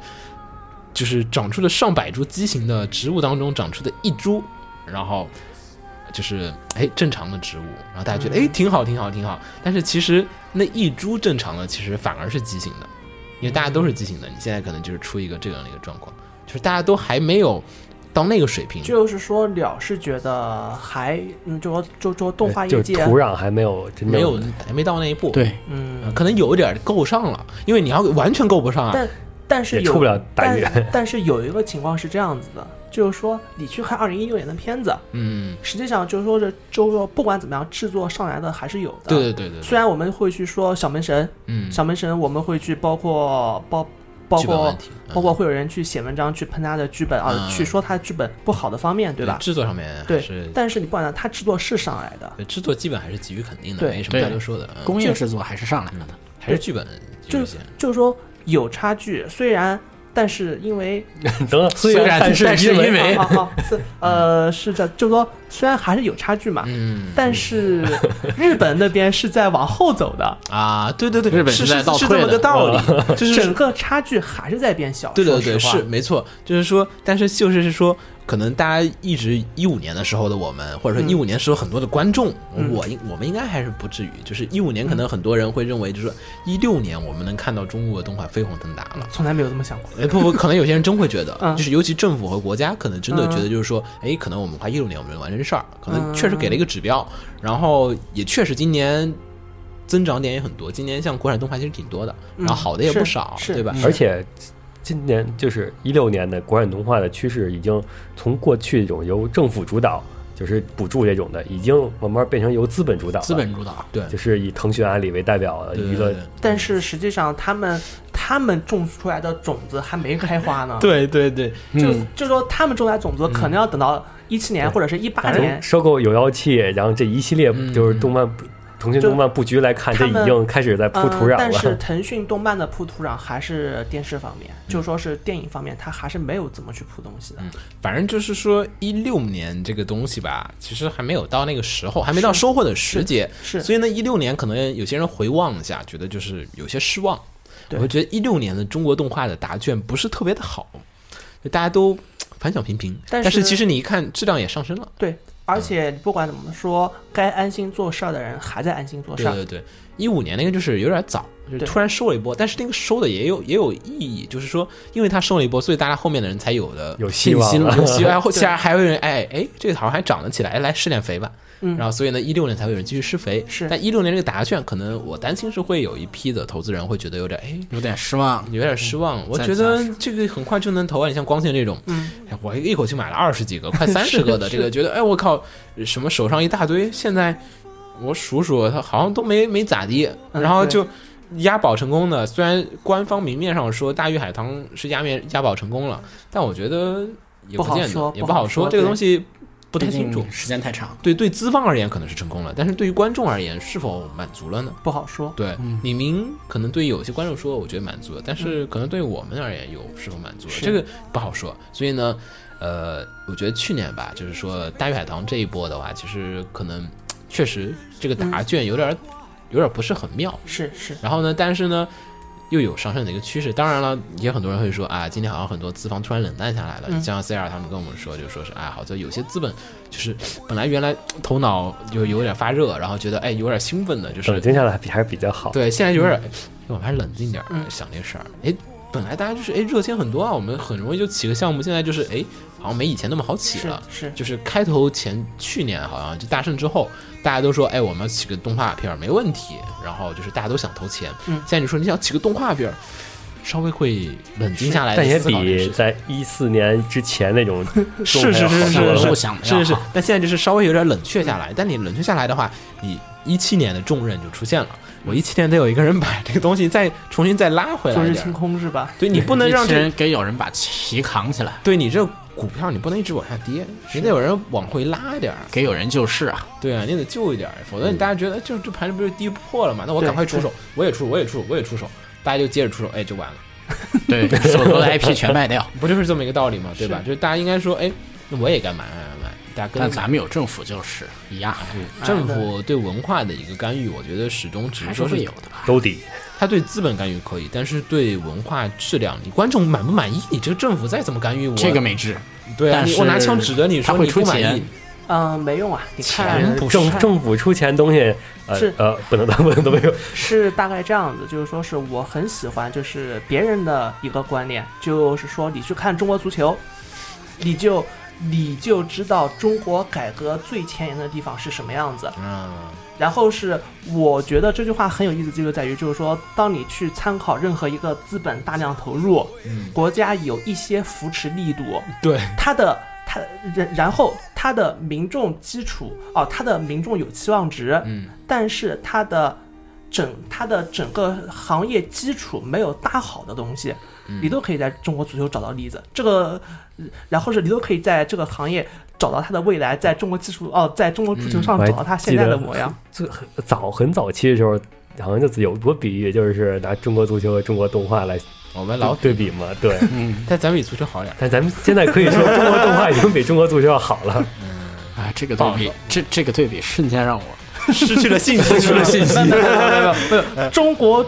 Speaker 1: 就是长出了上百株畸形的植物当中长出的一株，然后就是哎正常的植物，然后大家觉得哎挺好挺好挺好，但是其实那一株正常的其实反而是畸形的，因为大家都是畸形的，你现在可能就是出一个这样的一个状况，就是大家都还没有到那个水平，
Speaker 3: 就是说了是觉得还嗯，就说就说动
Speaker 1: 呃
Speaker 3: 画
Speaker 4: 就
Speaker 3: 业
Speaker 4: 是
Speaker 3: 界
Speaker 4: 土壤还没有真正
Speaker 1: 没有还没到那一步，
Speaker 2: 对，
Speaker 1: 呃
Speaker 3: 嗯，
Speaker 1: 可能有一点儿够上了，因为你要完全够不上啊。
Speaker 3: 但但是
Speaker 4: 也
Speaker 3: 有
Speaker 4: 出不了大
Speaker 3: 但
Speaker 4: 鱼。
Speaker 3: 但是有一个情况是这样子的，就是说你去看二零一六年的片子，
Speaker 1: 嗯，
Speaker 3: 实际上就是说这就是说不管怎么样，制作上来的还是有的。
Speaker 1: 对对对对，对
Speaker 3: 虽然我们会去说小门神，
Speaker 1: 嗯，
Speaker 3: 小门神我们会去包括包包
Speaker 1: 剧本
Speaker 3: 括
Speaker 1: 问题，嗯
Speaker 3: 包括会有人去写文章去喷他的剧本啊，
Speaker 1: 嗯
Speaker 3: 去说他剧本不好的方面，对吧？
Speaker 1: 制作上面还
Speaker 3: 对
Speaker 1: 是，
Speaker 3: 但是你不管他，他制作是上来的，
Speaker 1: 对制作基本还是给予肯定的，
Speaker 3: 对
Speaker 1: 没什么
Speaker 2: 对
Speaker 1: 太多说的。嗯
Speaker 2: 工业制作还是上来了的。
Speaker 1: 还是剧本
Speaker 3: 就
Speaker 1: 这些，
Speaker 3: 就是说有差距，虽然但是因为
Speaker 4: <laughs> 等等，
Speaker 1: 虽然
Speaker 4: 但
Speaker 1: 但是
Speaker 4: 是
Speaker 1: 因为
Speaker 3: 啊啊啊是呃是这，就是说虽然还是有差距嘛，
Speaker 1: 嗯
Speaker 3: 但是日本那边是在往后走的，
Speaker 1: 啊，对对对，
Speaker 2: 日本
Speaker 1: 是
Speaker 2: 是在
Speaker 1: 是
Speaker 2: 倒
Speaker 1: 是
Speaker 2: 退
Speaker 1: 这么
Speaker 2: 的哦
Speaker 1: 个道理，哦就是
Speaker 3: 整个差距还是在变小。
Speaker 1: 对对
Speaker 3: 说
Speaker 1: 对，
Speaker 3: 实话
Speaker 1: 是没错，就是说，但是就是是说，可能大家一直一五年的时候的我们，或者说
Speaker 3: 嗯
Speaker 1: 一五年时候很多的观众，
Speaker 3: 嗯
Speaker 1: 我应我们应该还是不至于，就是一五年可能很多人会认为，就是一六年我们能看到中国的动画飞黄腾达了。
Speaker 3: 从来没有这么想过。
Speaker 1: 哎，不不，可能有些人真会觉得，
Speaker 3: 嗯
Speaker 1: 就是尤其政府和国家，可能真的
Speaker 3: 嗯
Speaker 1: 觉得就是说，哎、可能我们快一六年我们能完成这事儿，可能
Speaker 3: 嗯
Speaker 1: 确实给了一个指标，然后也确实今年增长点也很多，今年像国产动画其实挺多的，然后好的也不
Speaker 3: 嗯是
Speaker 1: 少，
Speaker 3: 是
Speaker 1: 对吧？
Speaker 4: 而且今年就是一六年的国产动画的趋势，已经从过去这种由政府主导，就是补助这种的，已经慢慢变成由资本主导了。
Speaker 2: 资本主导，
Speaker 1: 对，
Speaker 4: 就是以腾讯、阿里为代表的
Speaker 1: 对
Speaker 4: 娱乐。
Speaker 3: 但是实际上，他们他们种出来的种子还没开花呢。
Speaker 1: 对嗯对对，
Speaker 3: 就就说他们种出来种子，可能要等到一七年或者是一八年
Speaker 4: 从，收购有妖气，然后这一系列
Speaker 1: 嗯
Speaker 4: 就是动漫布、腾讯
Speaker 3: 就
Speaker 4: 动漫布局来看，
Speaker 3: 他
Speaker 4: 这
Speaker 3: 们
Speaker 4: 已经开始在铺土
Speaker 3: 嗯
Speaker 4: 壤
Speaker 3: 但
Speaker 4: <laughs>
Speaker 3: 是
Speaker 4: 了。
Speaker 3: 腾讯动漫的铺土壤还是电视方面，就说是电影方面，它还是没有怎么去铺东西的。
Speaker 1: 反正就是说一六年这个东西吧，其实还没有到那个时候，还没到收获的时节，
Speaker 3: 是是
Speaker 1: 所以呢，一六年可能有些人回望一下，觉得就是有些失望。
Speaker 3: 对
Speaker 1: 我觉得一六年的中国动画的答卷不是特别的好，就大家都嘖反响平平。
Speaker 3: 但是
Speaker 1: 是其实你一看，质量也上升了。
Speaker 3: 对，
Speaker 1: 嗯
Speaker 3: 而且不管怎么说，该安心做事儿的人还在安心做
Speaker 1: 对
Speaker 3: 事儿。
Speaker 1: 对对，一五年那个就是有点早，就是
Speaker 3: 对
Speaker 1: 突然收了一波，但是那个收的也有也有意义，就是说，因为他收了一波，所以大家后面的人才有的
Speaker 4: 有希
Speaker 1: 信
Speaker 4: 望
Speaker 1: 心
Speaker 4: 了 <laughs>
Speaker 1: 有希望，然后下还有人哎哎，这个好像还长了起来，哎来施点肥吧。
Speaker 3: 嗯
Speaker 1: 然后所以呢，一六年才会有人继续施肥。
Speaker 3: 是
Speaker 1: 但一六年这个答卷，可能我担心是会有一批的投资人会觉得有点哎。
Speaker 2: 有点失望。
Speaker 1: 有点失望，我
Speaker 2: 再
Speaker 1: 觉
Speaker 2: 加
Speaker 1: 得这个很快就能投啊！你像光线这种，
Speaker 3: 嗯
Speaker 1: 哎，我一口气买了二十几个，快三十个的，这个觉得，哎，我靠，什么手上一大堆，现在我数数，它好像都没没咋地，
Speaker 3: 嗯
Speaker 1: 然后
Speaker 3: 对
Speaker 1: 就押宝成功的。虽然官方明面上说大鱼海棠是押面押宝成功了，但我觉得也
Speaker 3: 不好
Speaker 1: 见得，
Speaker 3: 说
Speaker 1: 也
Speaker 3: 不
Speaker 1: 不
Speaker 3: 好
Speaker 1: 好说，
Speaker 3: 说
Speaker 1: 这个
Speaker 3: 对
Speaker 1: 东西不太
Speaker 2: 毕
Speaker 1: 清楚
Speaker 2: 竟。时间太长，
Speaker 1: 对对，资方而言可能是成功了，但是对于观众而言，是否满足了呢？
Speaker 3: 不好说。
Speaker 1: 对，李明可能对于有些观众说，我觉得满足了，但是可能对于我们而言有是否满足了，
Speaker 3: 嗯是
Speaker 1: 这个不好说。所以呢，呃，我觉得去年吧，就是说大鱼海棠这一波的话，其实可能嘖确实这个
Speaker 3: 嗯
Speaker 1: 答卷有点、有点不是很妙。
Speaker 3: 是是，
Speaker 1: 然后呢，但是呢。又有上升的一个趋势，当然了，也很多人会说啊，今天好像很多资方突然冷淡下来了。
Speaker 3: 嗯
Speaker 1: 像 C R 他们跟我们说，就说是啊，好像有些资本就是本来原来嘖头脑就有点发热，然后觉得哎有点兴奋的，就是
Speaker 4: 冷静下来比还是比较好。
Speaker 1: 对，现在有点，哎我们还是冷静点儿
Speaker 3: 嗯
Speaker 1: 想这个事儿。哎，本来大家就是哎热情很多啊，我们很容易就起个项目，现在就是哎好像没以前那么好起
Speaker 3: 是
Speaker 1: 了。
Speaker 3: 是，
Speaker 1: 就是开头前去年好像就大圣之后，大家都说哎我们要起个动画片儿没问题，然后就是大家都想投钱。
Speaker 3: 嗯
Speaker 1: 现在你说你想起个动画片儿，稍微会冷静下来，
Speaker 4: 但也
Speaker 1: 思考这个
Speaker 4: 比
Speaker 1: 事情
Speaker 4: 在一四年之前那
Speaker 3: <laughs>
Speaker 4: 种
Speaker 1: 是是是
Speaker 2: 上
Speaker 1: 是
Speaker 2: 路
Speaker 1: 是
Speaker 2: 想的
Speaker 1: 是
Speaker 2: 要
Speaker 1: 是
Speaker 2: 好，，
Speaker 1: 但现在就是稍微有点冷却下来。但你冷却下来的话，你一七年的重任就出现了。我一七年得有一个人把 <laughs> 这个东西再重新再拉回来
Speaker 3: 昨
Speaker 1: 一
Speaker 3: 日
Speaker 1: 点
Speaker 3: 清
Speaker 1: 儿，
Speaker 3: 空是吧？
Speaker 1: 对你不能让
Speaker 2: 一群
Speaker 1: 这
Speaker 2: 人给有人把旗扛起来，
Speaker 1: 对你这股票你不能一直往下跌，你得有人往回拉一点儿，
Speaker 2: 给有人就是啊。
Speaker 1: 对啊，你得救一点儿，否则你大家觉得哎这这盘不是跌破了嘛？那我
Speaker 3: 对
Speaker 1: 赶快出
Speaker 3: 对
Speaker 1: 手，我也出手，我也出手，我也出手，大家就接着出手，哎，就完了。
Speaker 2: <laughs> 对，手头的 IP 全卖 <laughs> 掉。
Speaker 1: 不就是这么一个道理吗？对吧？就是大家应该说，哎，那我也该买买买买。大家
Speaker 2: 但
Speaker 1: 跟
Speaker 2: 咱们有政府就是一样，
Speaker 1: 政府对文化的一个干预，我觉得始终只
Speaker 2: 哎还
Speaker 1: 是
Speaker 2: 是
Speaker 1: 说
Speaker 2: 会
Speaker 1: 是
Speaker 2: 有的吧。
Speaker 4: 兜底。
Speaker 1: 他对资本干预可以，但是对文化质量，你观众满不满意？你这个政府再怎么干预我，
Speaker 2: 这个没治，
Speaker 1: 对啊，
Speaker 2: 但
Speaker 1: 你
Speaker 2: 是
Speaker 1: 我拿枪指着你
Speaker 2: 他
Speaker 1: 说
Speaker 2: 会
Speaker 1: 你不
Speaker 2: 出
Speaker 1: 满
Speaker 2: 钱
Speaker 1: 意，
Speaker 3: 嗯，没用啊，你看
Speaker 2: 钱不
Speaker 4: 政
Speaker 3: 看
Speaker 4: 政府出钱东西，呃
Speaker 3: 是
Speaker 4: 呃，不能 <laughs> 当不能都没有。
Speaker 3: 是大概这样子，就是说是我很喜欢，就是别人的一个观念，就是说你去看中国足球，你就你就知道中国改革最前沿的地方是什么样子。
Speaker 1: 嗯，
Speaker 3: 然后是我觉得这句话很有意思，就在于就是说，当你去参考任何一个资本大量投入，
Speaker 1: 嗯
Speaker 3: 国家有一些扶持力度，
Speaker 1: 对，
Speaker 3: 它的它然然后它的民众基础哦，它的民众有期望值，
Speaker 1: 嗯，
Speaker 3: 但是它的整它的整个行业基础没有搭好的东西，
Speaker 1: 嗯
Speaker 3: 你都可以在中国足球找到例子。这个，然后是你都可以在这个行业找到它的未来，在中国基础哦，在中国足球上
Speaker 4: 嗯我还
Speaker 3: 找到它现在的模样。
Speaker 4: 最很早很早期的时候，好像就有过比喻，就是拿中国足球和中国动画来
Speaker 1: 我们老，
Speaker 4: 对比嘛。
Speaker 1: <laughs>
Speaker 4: 对，
Speaker 2: 嗯
Speaker 1: 但咱比足球好点儿，
Speaker 4: 但咱们现在可以说，中国动画已经比中国足球要好了。
Speaker 2: 啊，这个对比，这这个对比瞬间让我
Speaker 1: 失去了信心，失去了信心。
Speaker 3: <laughs> 没有没有没有没有没有，中国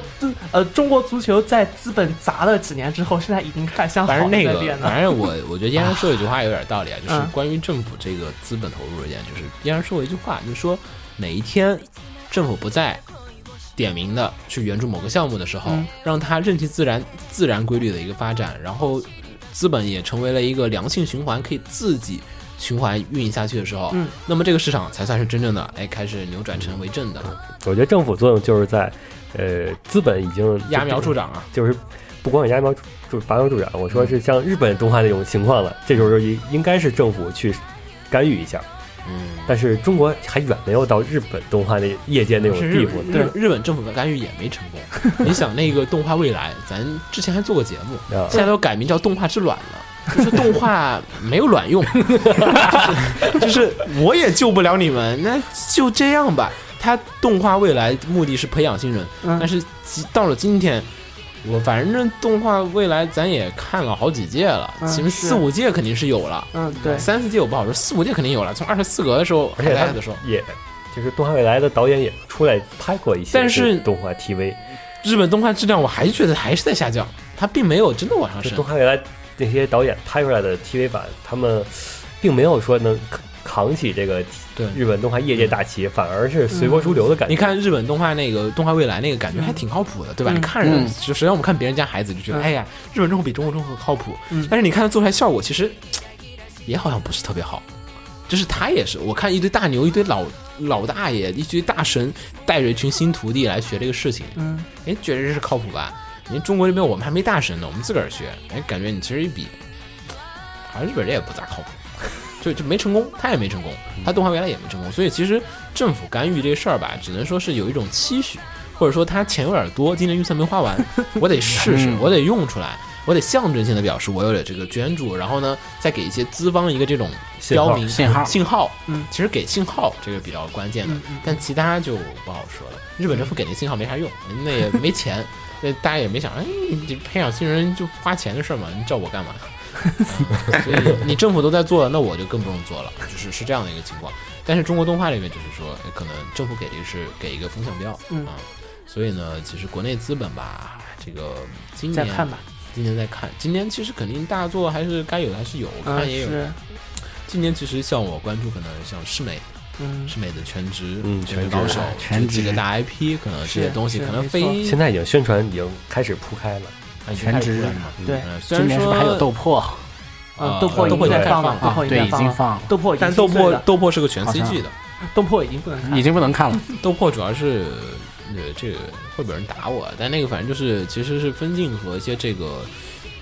Speaker 3: 呃中国足球在资本砸了几年之后，现在已经开始向
Speaker 1: <laughs>
Speaker 3: 好
Speaker 1: 反
Speaker 3: 的
Speaker 1: 正那
Speaker 3: 在
Speaker 1: 个
Speaker 3: 变，了。
Speaker 1: 反正我我觉得燕然说有句话有点道理啊，就是
Speaker 3: 嗯
Speaker 1: 关于政府这个资本投入而言，就是燕然说过一句话，就是说哪一天政府不再点名的去援助某个项目的时候，
Speaker 3: 嗯
Speaker 1: 让它任其自然自然规律的一个发展，然后资本也成为了一个良性循环，可以自己。循环运营下去的时候，
Speaker 3: 嗯
Speaker 1: 那么这个市场才算是真正的哎开始扭转成为正的，
Speaker 4: 我觉得政府作用就是在，呃，资本已经
Speaker 1: 揠苗助长啊！
Speaker 4: 就是不光有揠苗助就是拔苗助长，我说是像日本动画那种情况了，这时候应应该是政府去干预一下，
Speaker 1: 嗯，
Speaker 4: 但是中国还远没有到日本动画那业界那种
Speaker 1: 是
Speaker 4: 地
Speaker 1: 日
Speaker 4: 步呢
Speaker 1: 日日本政府的干预也没成功。你想那个动画未来，咱之前还做过节目，
Speaker 4: 啊。
Speaker 1: 现在都改名叫动画之卵了。就是动画没有卵用，就是就是我也救不了你们，那就这样吧。他动画未来目的是培养新人，但
Speaker 3: 嗯，
Speaker 1: 是即到了今天，我反正动画未来咱也看了好几届了，
Speaker 3: 嗯
Speaker 1: 其实
Speaker 3: 是
Speaker 1: 四五届肯定是有了，
Speaker 3: 嗯，对，
Speaker 1: 三四届我不好说，四五届肯定有了。从二十四格的时候，
Speaker 4: 而且
Speaker 1: 还
Speaker 4: 他
Speaker 1: 在的时候，
Speaker 4: 也就是动画未来的导演也出来拍过一些，
Speaker 1: 但是
Speaker 4: 动画 TV，
Speaker 1: 日本动画质量我还觉得还是在下降，它并没有真的往上
Speaker 4: 就
Speaker 1: 升
Speaker 4: 动。画未来那些导演拍出来的 TV 版，他们并没有说能扛扛起这个
Speaker 1: 对
Speaker 4: 日本动画业界大旗，反而是随波逐流的感
Speaker 1: 嗯
Speaker 4: 觉。
Speaker 1: 你看日本动画那个动画未来那个感觉还挺靠谱的，对吧？
Speaker 3: 嗯
Speaker 1: 你看着
Speaker 2: 嗯
Speaker 1: 就谁让我们看别人家孩子就觉得，
Speaker 3: 嗯
Speaker 1: 哎呀，日本政府比中国政府靠谱
Speaker 3: 嗯。
Speaker 1: 但是你看他做出来效果，其实也好像不是特别好。就是他也是，我看一堆大牛，一堆老老大爷，一堆大神带着一群新徒弟来学这个事情，
Speaker 3: 嗯，
Speaker 1: 哎，觉得这是靠谱吧？您中国这边我们还没大神呢，我们自个儿学，哎，感觉你其实一比，好像日本人也不咋靠谱，就就没成功，他也没成功，他动画原来也没成功，所以其实政府干预这事儿吧，只能说是有一种期许，或者说他钱有点多，今年预算没花完，我得试试，我得用出来。我得象征性的表示我有了这个捐助，然后呢，再给一些资方一个这种
Speaker 4: 信号
Speaker 1: 标明
Speaker 2: 信号
Speaker 1: 信号，
Speaker 3: 嗯，
Speaker 1: 其实给信号这个比较关键的，但其他就不好说了。日本政府给那信号没啥用，那也没
Speaker 3: <laughs>
Speaker 1: 钱，那大家也没想，哎，你这培养新人就花钱的事儿嘛，你叫我干嘛？ <laughs> 嗯所以你政府都在做，那我就更不用做了，就是是这样的一个情况。但是中国动画这边就是说，哎可能政府给的是给一个风向标，
Speaker 3: 嗯
Speaker 1: 啊，所以呢，其实国内资本吧，这个今
Speaker 3: 再
Speaker 1: 年
Speaker 3: 看吧，
Speaker 1: 今年再看，今年其实肯定大作还是该有的还是有，我
Speaker 3: 嗯，
Speaker 1: 看也有。
Speaker 3: 是，
Speaker 1: 今年其实像我关注，可能像世美，
Speaker 3: 嗯，
Speaker 1: 世美的全职，
Speaker 4: 嗯
Speaker 1: 全
Speaker 4: 全职
Speaker 1: 高手，
Speaker 2: 全
Speaker 1: 这
Speaker 2: 职
Speaker 1: 几个大 IP，可能这些
Speaker 3: 是
Speaker 1: 东西
Speaker 3: 是
Speaker 1: 可能
Speaker 3: 没
Speaker 1: 非
Speaker 3: 错
Speaker 4: 现在已经宣传已经开始铺开了，
Speaker 1: 啊已经
Speaker 2: 全
Speaker 1: 开始
Speaker 2: 职
Speaker 1: 出来了嘛
Speaker 4: 嗯
Speaker 3: 对，
Speaker 1: 嗯虽
Speaker 2: 今
Speaker 1: 然
Speaker 2: 年是
Speaker 1: 说
Speaker 2: 不是还有豆破
Speaker 1: 呃
Speaker 3: 嗯，豆破
Speaker 1: 豆
Speaker 3: 已
Speaker 1: 破
Speaker 3: 经
Speaker 1: 也
Speaker 3: 在
Speaker 1: 在
Speaker 3: 放
Speaker 1: 放
Speaker 3: 了，豆
Speaker 2: 啊？
Speaker 3: 破
Speaker 2: 对，已
Speaker 3: 在
Speaker 2: 经
Speaker 3: 放
Speaker 2: 放了，
Speaker 3: 了，豆破已经
Speaker 1: 但豆
Speaker 3: 碎
Speaker 1: 破
Speaker 3: 了
Speaker 1: 豆破是个全
Speaker 2: 好像
Speaker 1: CG 的，
Speaker 3: 豆破已经不能看了
Speaker 2: 已经不能看了。嗯
Speaker 1: 豆破主要是呃这个会不会有人打我，但那个反正就是其实是分镜和一些这个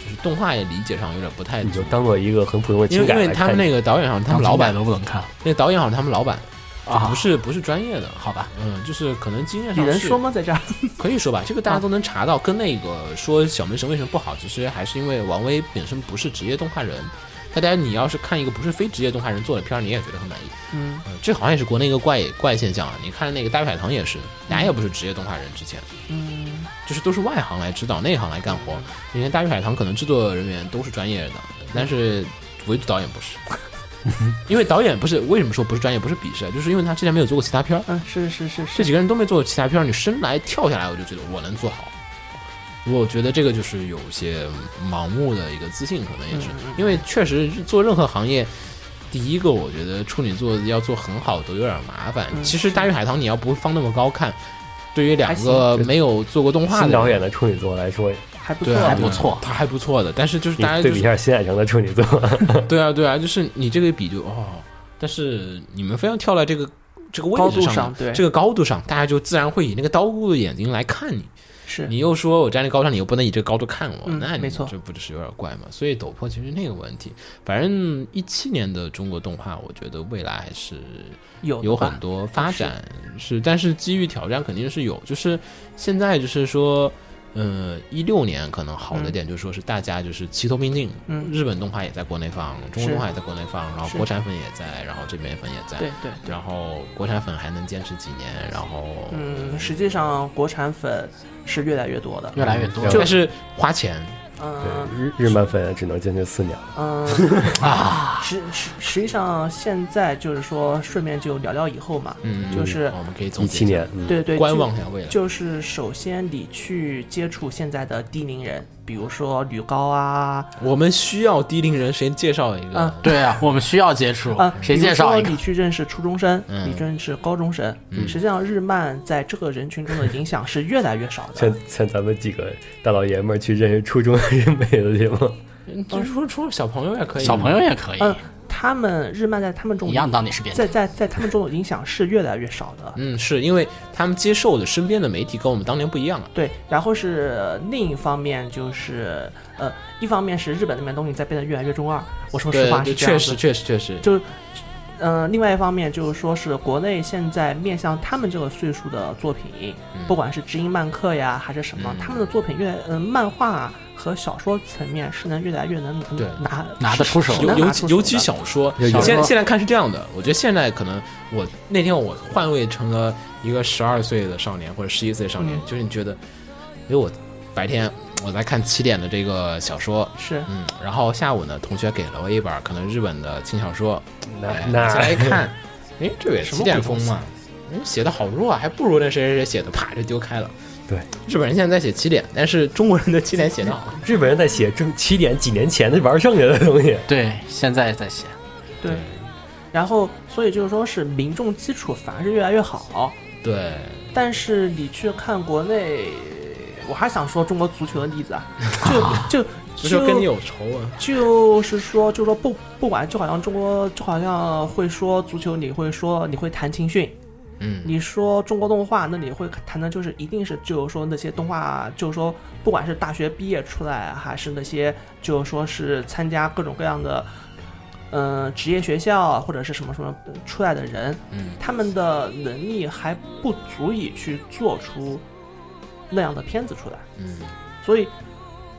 Speaker 1: 就是动画也理解上有点不太
Speaker 4: 你就
Speaker 1: 足，
Speaker 4: 当做一个很普通的
Speaker 1: 因嗯
Speaker 4: 情
Speaker 1: 为因
Speaker 4: 感来
Speaker 1: 为他
Speaker 4: 看
Speaker 1: 们。那个导演好像他们老板，
Speaker 2: 都不能看了
Speaker 1: 那导演好像他们老板
Speaker 2: 嗯啊
Speaker 1: 不！是不是专业的，
Speaker 2: 好吧，
Speaker 1: 嗯，就是可能经验
Speaker 3: 有
Speaker 1: 上
Speaker 3: 人
Speaker 1: 是
Speaker 3: 说吗？在这儿，
Speaker 1: 可以说吧，这个大家都能查到，跟那个说小门神为什么不好，其实还是因为王威本身不是职业动画人。大家你要是看一个不是非职业动画人做的片儿，你也觉得很满意。
Speaker 3: 嗯，
Speaker 1: 嗯，这好像也是国内一个怪怪现象啊。你看那个大海棠也是，俩也不是职业动画人之前。嗯，就是都是外行来指导内行来干活。你看《大鱼海棠》可能制作人员都是专业的，但是唯独导演不是，因为导演不是为什么说不是专业，不是鄙视啊，就是因为他之前没有做过其他片儿，
Speaker 3: 嗯，是是是
Speaker 1: 这
Speaker 3: 是，
Speaker 1: 几个人都没做过其他片儿，你生来跳下来，我就觉得我能做好。我觉得这个就是有些盲目的一个自信，可能也是因为确实做任何行业，第一个我觉得处女座要做很好都有点麻烦。
Speaker 3: 嗯
Speaker 1: 其实《大鱼海棠》你要不放那么高看，对于两
Speaker 3: 还行
Speaker 1: 个没有做过动画
Speaker 4: 新
Speaker 1: 的
Speaker 4: 导演
Speaker 1: 人，
Speaker 4: 的处女座来说，
Speaker 3: 还不错
Speaker 1: 对啊，，
Speaker 2: 还不错
Speaker 1: 他还不错的。但是就是
Speaker 4: 你
Speaker 1: 大家
Speaker 4: 对
Speaker 1: 就
Speaker 4: 比一
Speaker 1: 是
Speaker 4: 下新海诚的处女座，
Speaker 1: 对啊对啊，就是你这个比就哦，但是你们非要跳到这个这个位
Speaker 3: 高
Speaker 1: 置
Speaker 3: 度
Speaker 1: 上
Speaker 3: 上
Speaker 1: 呢，
Speaker 3: 对
Speaker 1: 这个高度上，大家就自然会以那个高度的眼睛来看你。
Speaker 3: 是
Speaker 1: 你又说我站在高上，你又不能以这个高度看我，
Speaker 3: 嗯
Speaker 1: 那你
Speaker 3: 没错
Speaker 1: 这不就是有点怪吗？所以陡坡其实那个问题，反正一七年的中国动画，我觉得未来还是
Speaker 3: 有
Speaker 1: 有
Speaker 3: 的吧
Speaker 1: 很多发展是，但是机遇挑战肯定是有，就是现在就是说。呃，一六年可能好的
Speaker 3: 嗯
Speaker 1: 点就是说是大家就是齐头并进，
Speaker 3: 嗯
Speaker 1: 日本动画也在国内放，中国
Speaker 3: 是
Speaker 1: 动画也在国内放，然后
Speaker 3: 是
Speaker 1: 国产粉也在，然后这边粉也在，
Speaker 3: 对对。
Speaker 1: 然后国产粉还能坚持几年，然后
Speaker 3: 嗯，实际上国产粉是越来越多的。
Speaker 2: 越来越多
Speaker 1: 但是花钱，
Speaker 3: 嗯
Speaker 4: <laughs> 对日日漫粉只能坚持四年。
Speaker 1: <laughs>
Speaker 3: 嗯，
Speaker 2: 啊，
Speaker 3: 实实实际上现在就是说，顺便就聊聊以后嘛。
Speaker 1: 嗯，
Speaker 3: 就是
Speaker 1: 我们可以总
Speaker 4: 一
Speaker 1: 结
Speaker 4: 七
Speaker 1: 一下
Speaker 4: 年，嗯，
Speaker 3: 对对，
Speaker 1: 观
Speaker 3: 就
Speaker 1: 望一下未来。
Speaker 3: 就是首先你去接触现在的低龄人，比如说吕高啊，
Speaker 1: 我们需要低龄人谁介绍一个
Speaker 3: 啊？
Speaker 2: 对啊，我们需要接
Speaker 1: 哦
Speaker 2: 触
Speaker 3: 啊，，
Speaker 2: 谁
Speaker 3: 比如
Speaker 2: 介绍
Speaker 3: 说
Speaker 2: 一个
Speaker 3: 你？去认识初中生，
Speaker 1: 嗯
Speaker 3: 你认识高中生，
Speaker 1: 嗯
Speaker 3: 实际上日漫在这个人群中的影响是越来越少的
Speaker 4: 像。像咱们几个大老爷们儿去认识初中 <laughs> 认妹子去吗？
Speaker 1: 嗯，就是说除了小朋友也可以，
Speaker 2: 小朋友也可以，
Speaker 3: 嗯，他们日漫在他们中
Speaker 2: 一样当你是变态
Speaker 3: 在。在在他们中的影响是越来越少的。
Speaker 1: 嗯，是因为他们接受的身边的媒体跟我们当年不一样了。啊
Speaker 3: 对，然后是呃另一方面就是，呃，一方面是日本那边东西在变得越来越中二，我说实
Speaker 1: 对
Speaker 3: 话，
Speaker 1: 对
Speaker 3: 是这
Speaker 1: 确
Speaker 3: 样
Speaker 1: 实
Speaker 3: 子。
Speaker 1: 确实确实，
Speaker 3: 就，嗯、另外一方面就是说是国内现在面向他们这个岁数的作品，不管是知音漫客呀还是什么，
Speaker 1: 嗯
Speaker 3: 他们的作品越嗯、漫画啊和小说层面是能越来越能
Speaker 1: 对
Speaker 3: 拿
Speaker 2: 拿得出手
Speaker 3: 是
Speaker 1: 尤
Speaker 3: 能
Speaker 1: 尤
Speaker 3: 拿
Speaker 1: 其
Speaker 3: 出手
Speaker 1: 尤其
Speaker 3: 的
Speaker 1: 小说，
Speaker 4: 有
Speaker 1: 你
Speaker 4: 有
Speaker 1: 现在
Speaker 2: 有
Speaker 1: 现在看是这样的，我觉得现在可能我那天我换位成了一个十二岁的少年或者十一岁的少年
Speaker 3: 嗯，
Speaker 1: 就是你觉得，因为我白天我在看起点的这个小说，
Speaker 3: 是
Speaker 1: 嗯，然后下午呢，同学给了我一本儿可能日本的轻小说，
Speaker 4: 那
Speaker 1: 哎
Speaker 4: 那 <laughs>
Speaker 1: 再来一看，哎，这也
Speaker 2: 什
Speaker 1: 是起
Speaker 2: 么鬼
Speaker 1: 点风嘛，嗯，写的好弱啊，还不如那谁谁谁写的，啪就丢开了。
Speaker 4: 对，
Speaker 1: 日本人现在在写起点，但是中国人的起点写的好。
Speaker 4: 日本人在写这起点几年前的玩剩下的东西，
Speaker 2: 对，现在在写，
Speaker 3: 对。然后，所以就是说是民众基础反而是越来越好，
Speaker 1: 对，
Speaker 3: 但是你去看国内，我还想说中国足球的例
Speaker 1: <laughs>
Speaker 3: 子啊，就就
Speaker 1: 不
Speaker 3: 就是
Speaker 1: 说跟你有仇啊。
Speaker 3: 就是说，就说不不管，就好像中国，就好像会说足球，你会说你会谈青训，
Speaker 1: 嗯
Speaker 3: 你说中国动画，那你会谈的就是一定是就是说那些动画，就是说不管是大学毕业出来，还是那些就是说是参加各种各样的。嗯，职业学校啊或者是什么什么出来的人，
Speaker 1: 嗯，
Speaker 3: 他们的能力还不足以去做出那样的片子出来。
Speaker 1: 嗯，
Speaker 3: 所以，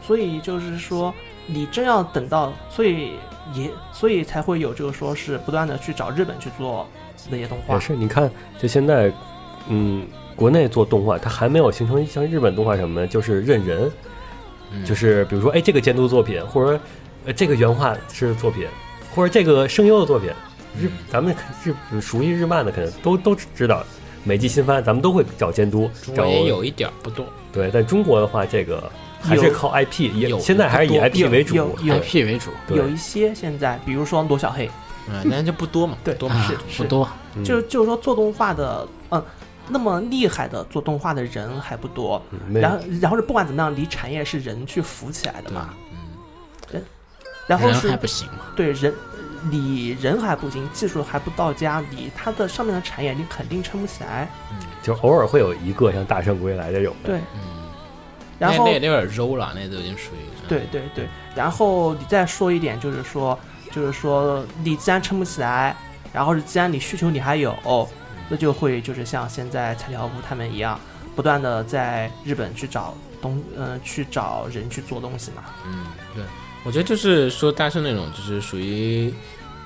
Speaker 3: 所以就是说，你真要等到，所以也所以才会有这个说是不断的去找日本去做那些动画
Speaker 4: 也，是，你看，就现在，嗯，国内做动画，它还没有形成像日本动画什么的，就是认人，
Speaker 1: 嗯
Speaker 4: 就是比如说，哎，这个监督作品，或者说呃，这个原画是作品，或者这个声优的作品，日、
Speaker 1: 嗯
Speaker 4: 咱们日熟悉日漫的，可能都都知道，每季新番咱们都会找监督，
Speaker 1: 中
Speaker 4: 找
Speaker 1: 国也有一点儿不多。
Speaker 4: 对，但中国的话，这个还是
Speaker 3: 有
Speaker 4: 靠 IP，也
Speaker 1: 有
Speaker 4: 现在还是以
Speaker 1: 有
Speaker 4: IP 为
Speaker 3: 有
Speaker 4: 主，哎
Speaker 3: 有
Speaker 4: 对
Speaker 2: IP 为主，
Speaker 4: 对
Speaker 3: 有一些现在，比如说罗小黑，
Speaker 1: 嗯，那就不多嘛，
Speaker 3: 对
Speaker 1: 不多嘛。
Speaker 2: 啊
Speaker 3: 是，
Speaker 2: 不
Speaker 3: 是
Speaker 2: 多，
Speaker 4: 嗯
Speaker 3: 就就是说做动画的，嗯，那么厉害的做动画的人还不多。
Speaker 4: 嗯没
Speaker 3: 然后，然后是不管怎么样，离产业是人去扶起来的
Speaker 1: 对
Speaker 3: 嘛
Speaker 1: 吧。？嗯，
Speaker 3: 然后
Speaker 2: 人
Speaker 3: 是
Speaker 2: 还不行嘛，
Speaker 3: 对人，你人还不行，技术还不到家，你它的上面的产业你肯定撑不起来。
Speaker 4: 就偶尔会有一个像《大圣归来》这种的，
Speaker 3: 对，
Speaker 1: 嗯
Speaker 3: 然
Speaker 1: 那
Speaker 3: 后
Speaker 1: 那也有点 low 了，那都已经属于嗯
Speaker 3: 对对对，然后你再说一点，就是说，就是说，你既然撑不起来，然后是既然你需求你还有，那就会就是像现在菜鸟屋他们一样，不断的在日本去找东，呃，去找人去做东西嘛。
Speaker 1: 嗯，对，我觉得就是说大圣那种，就是属于，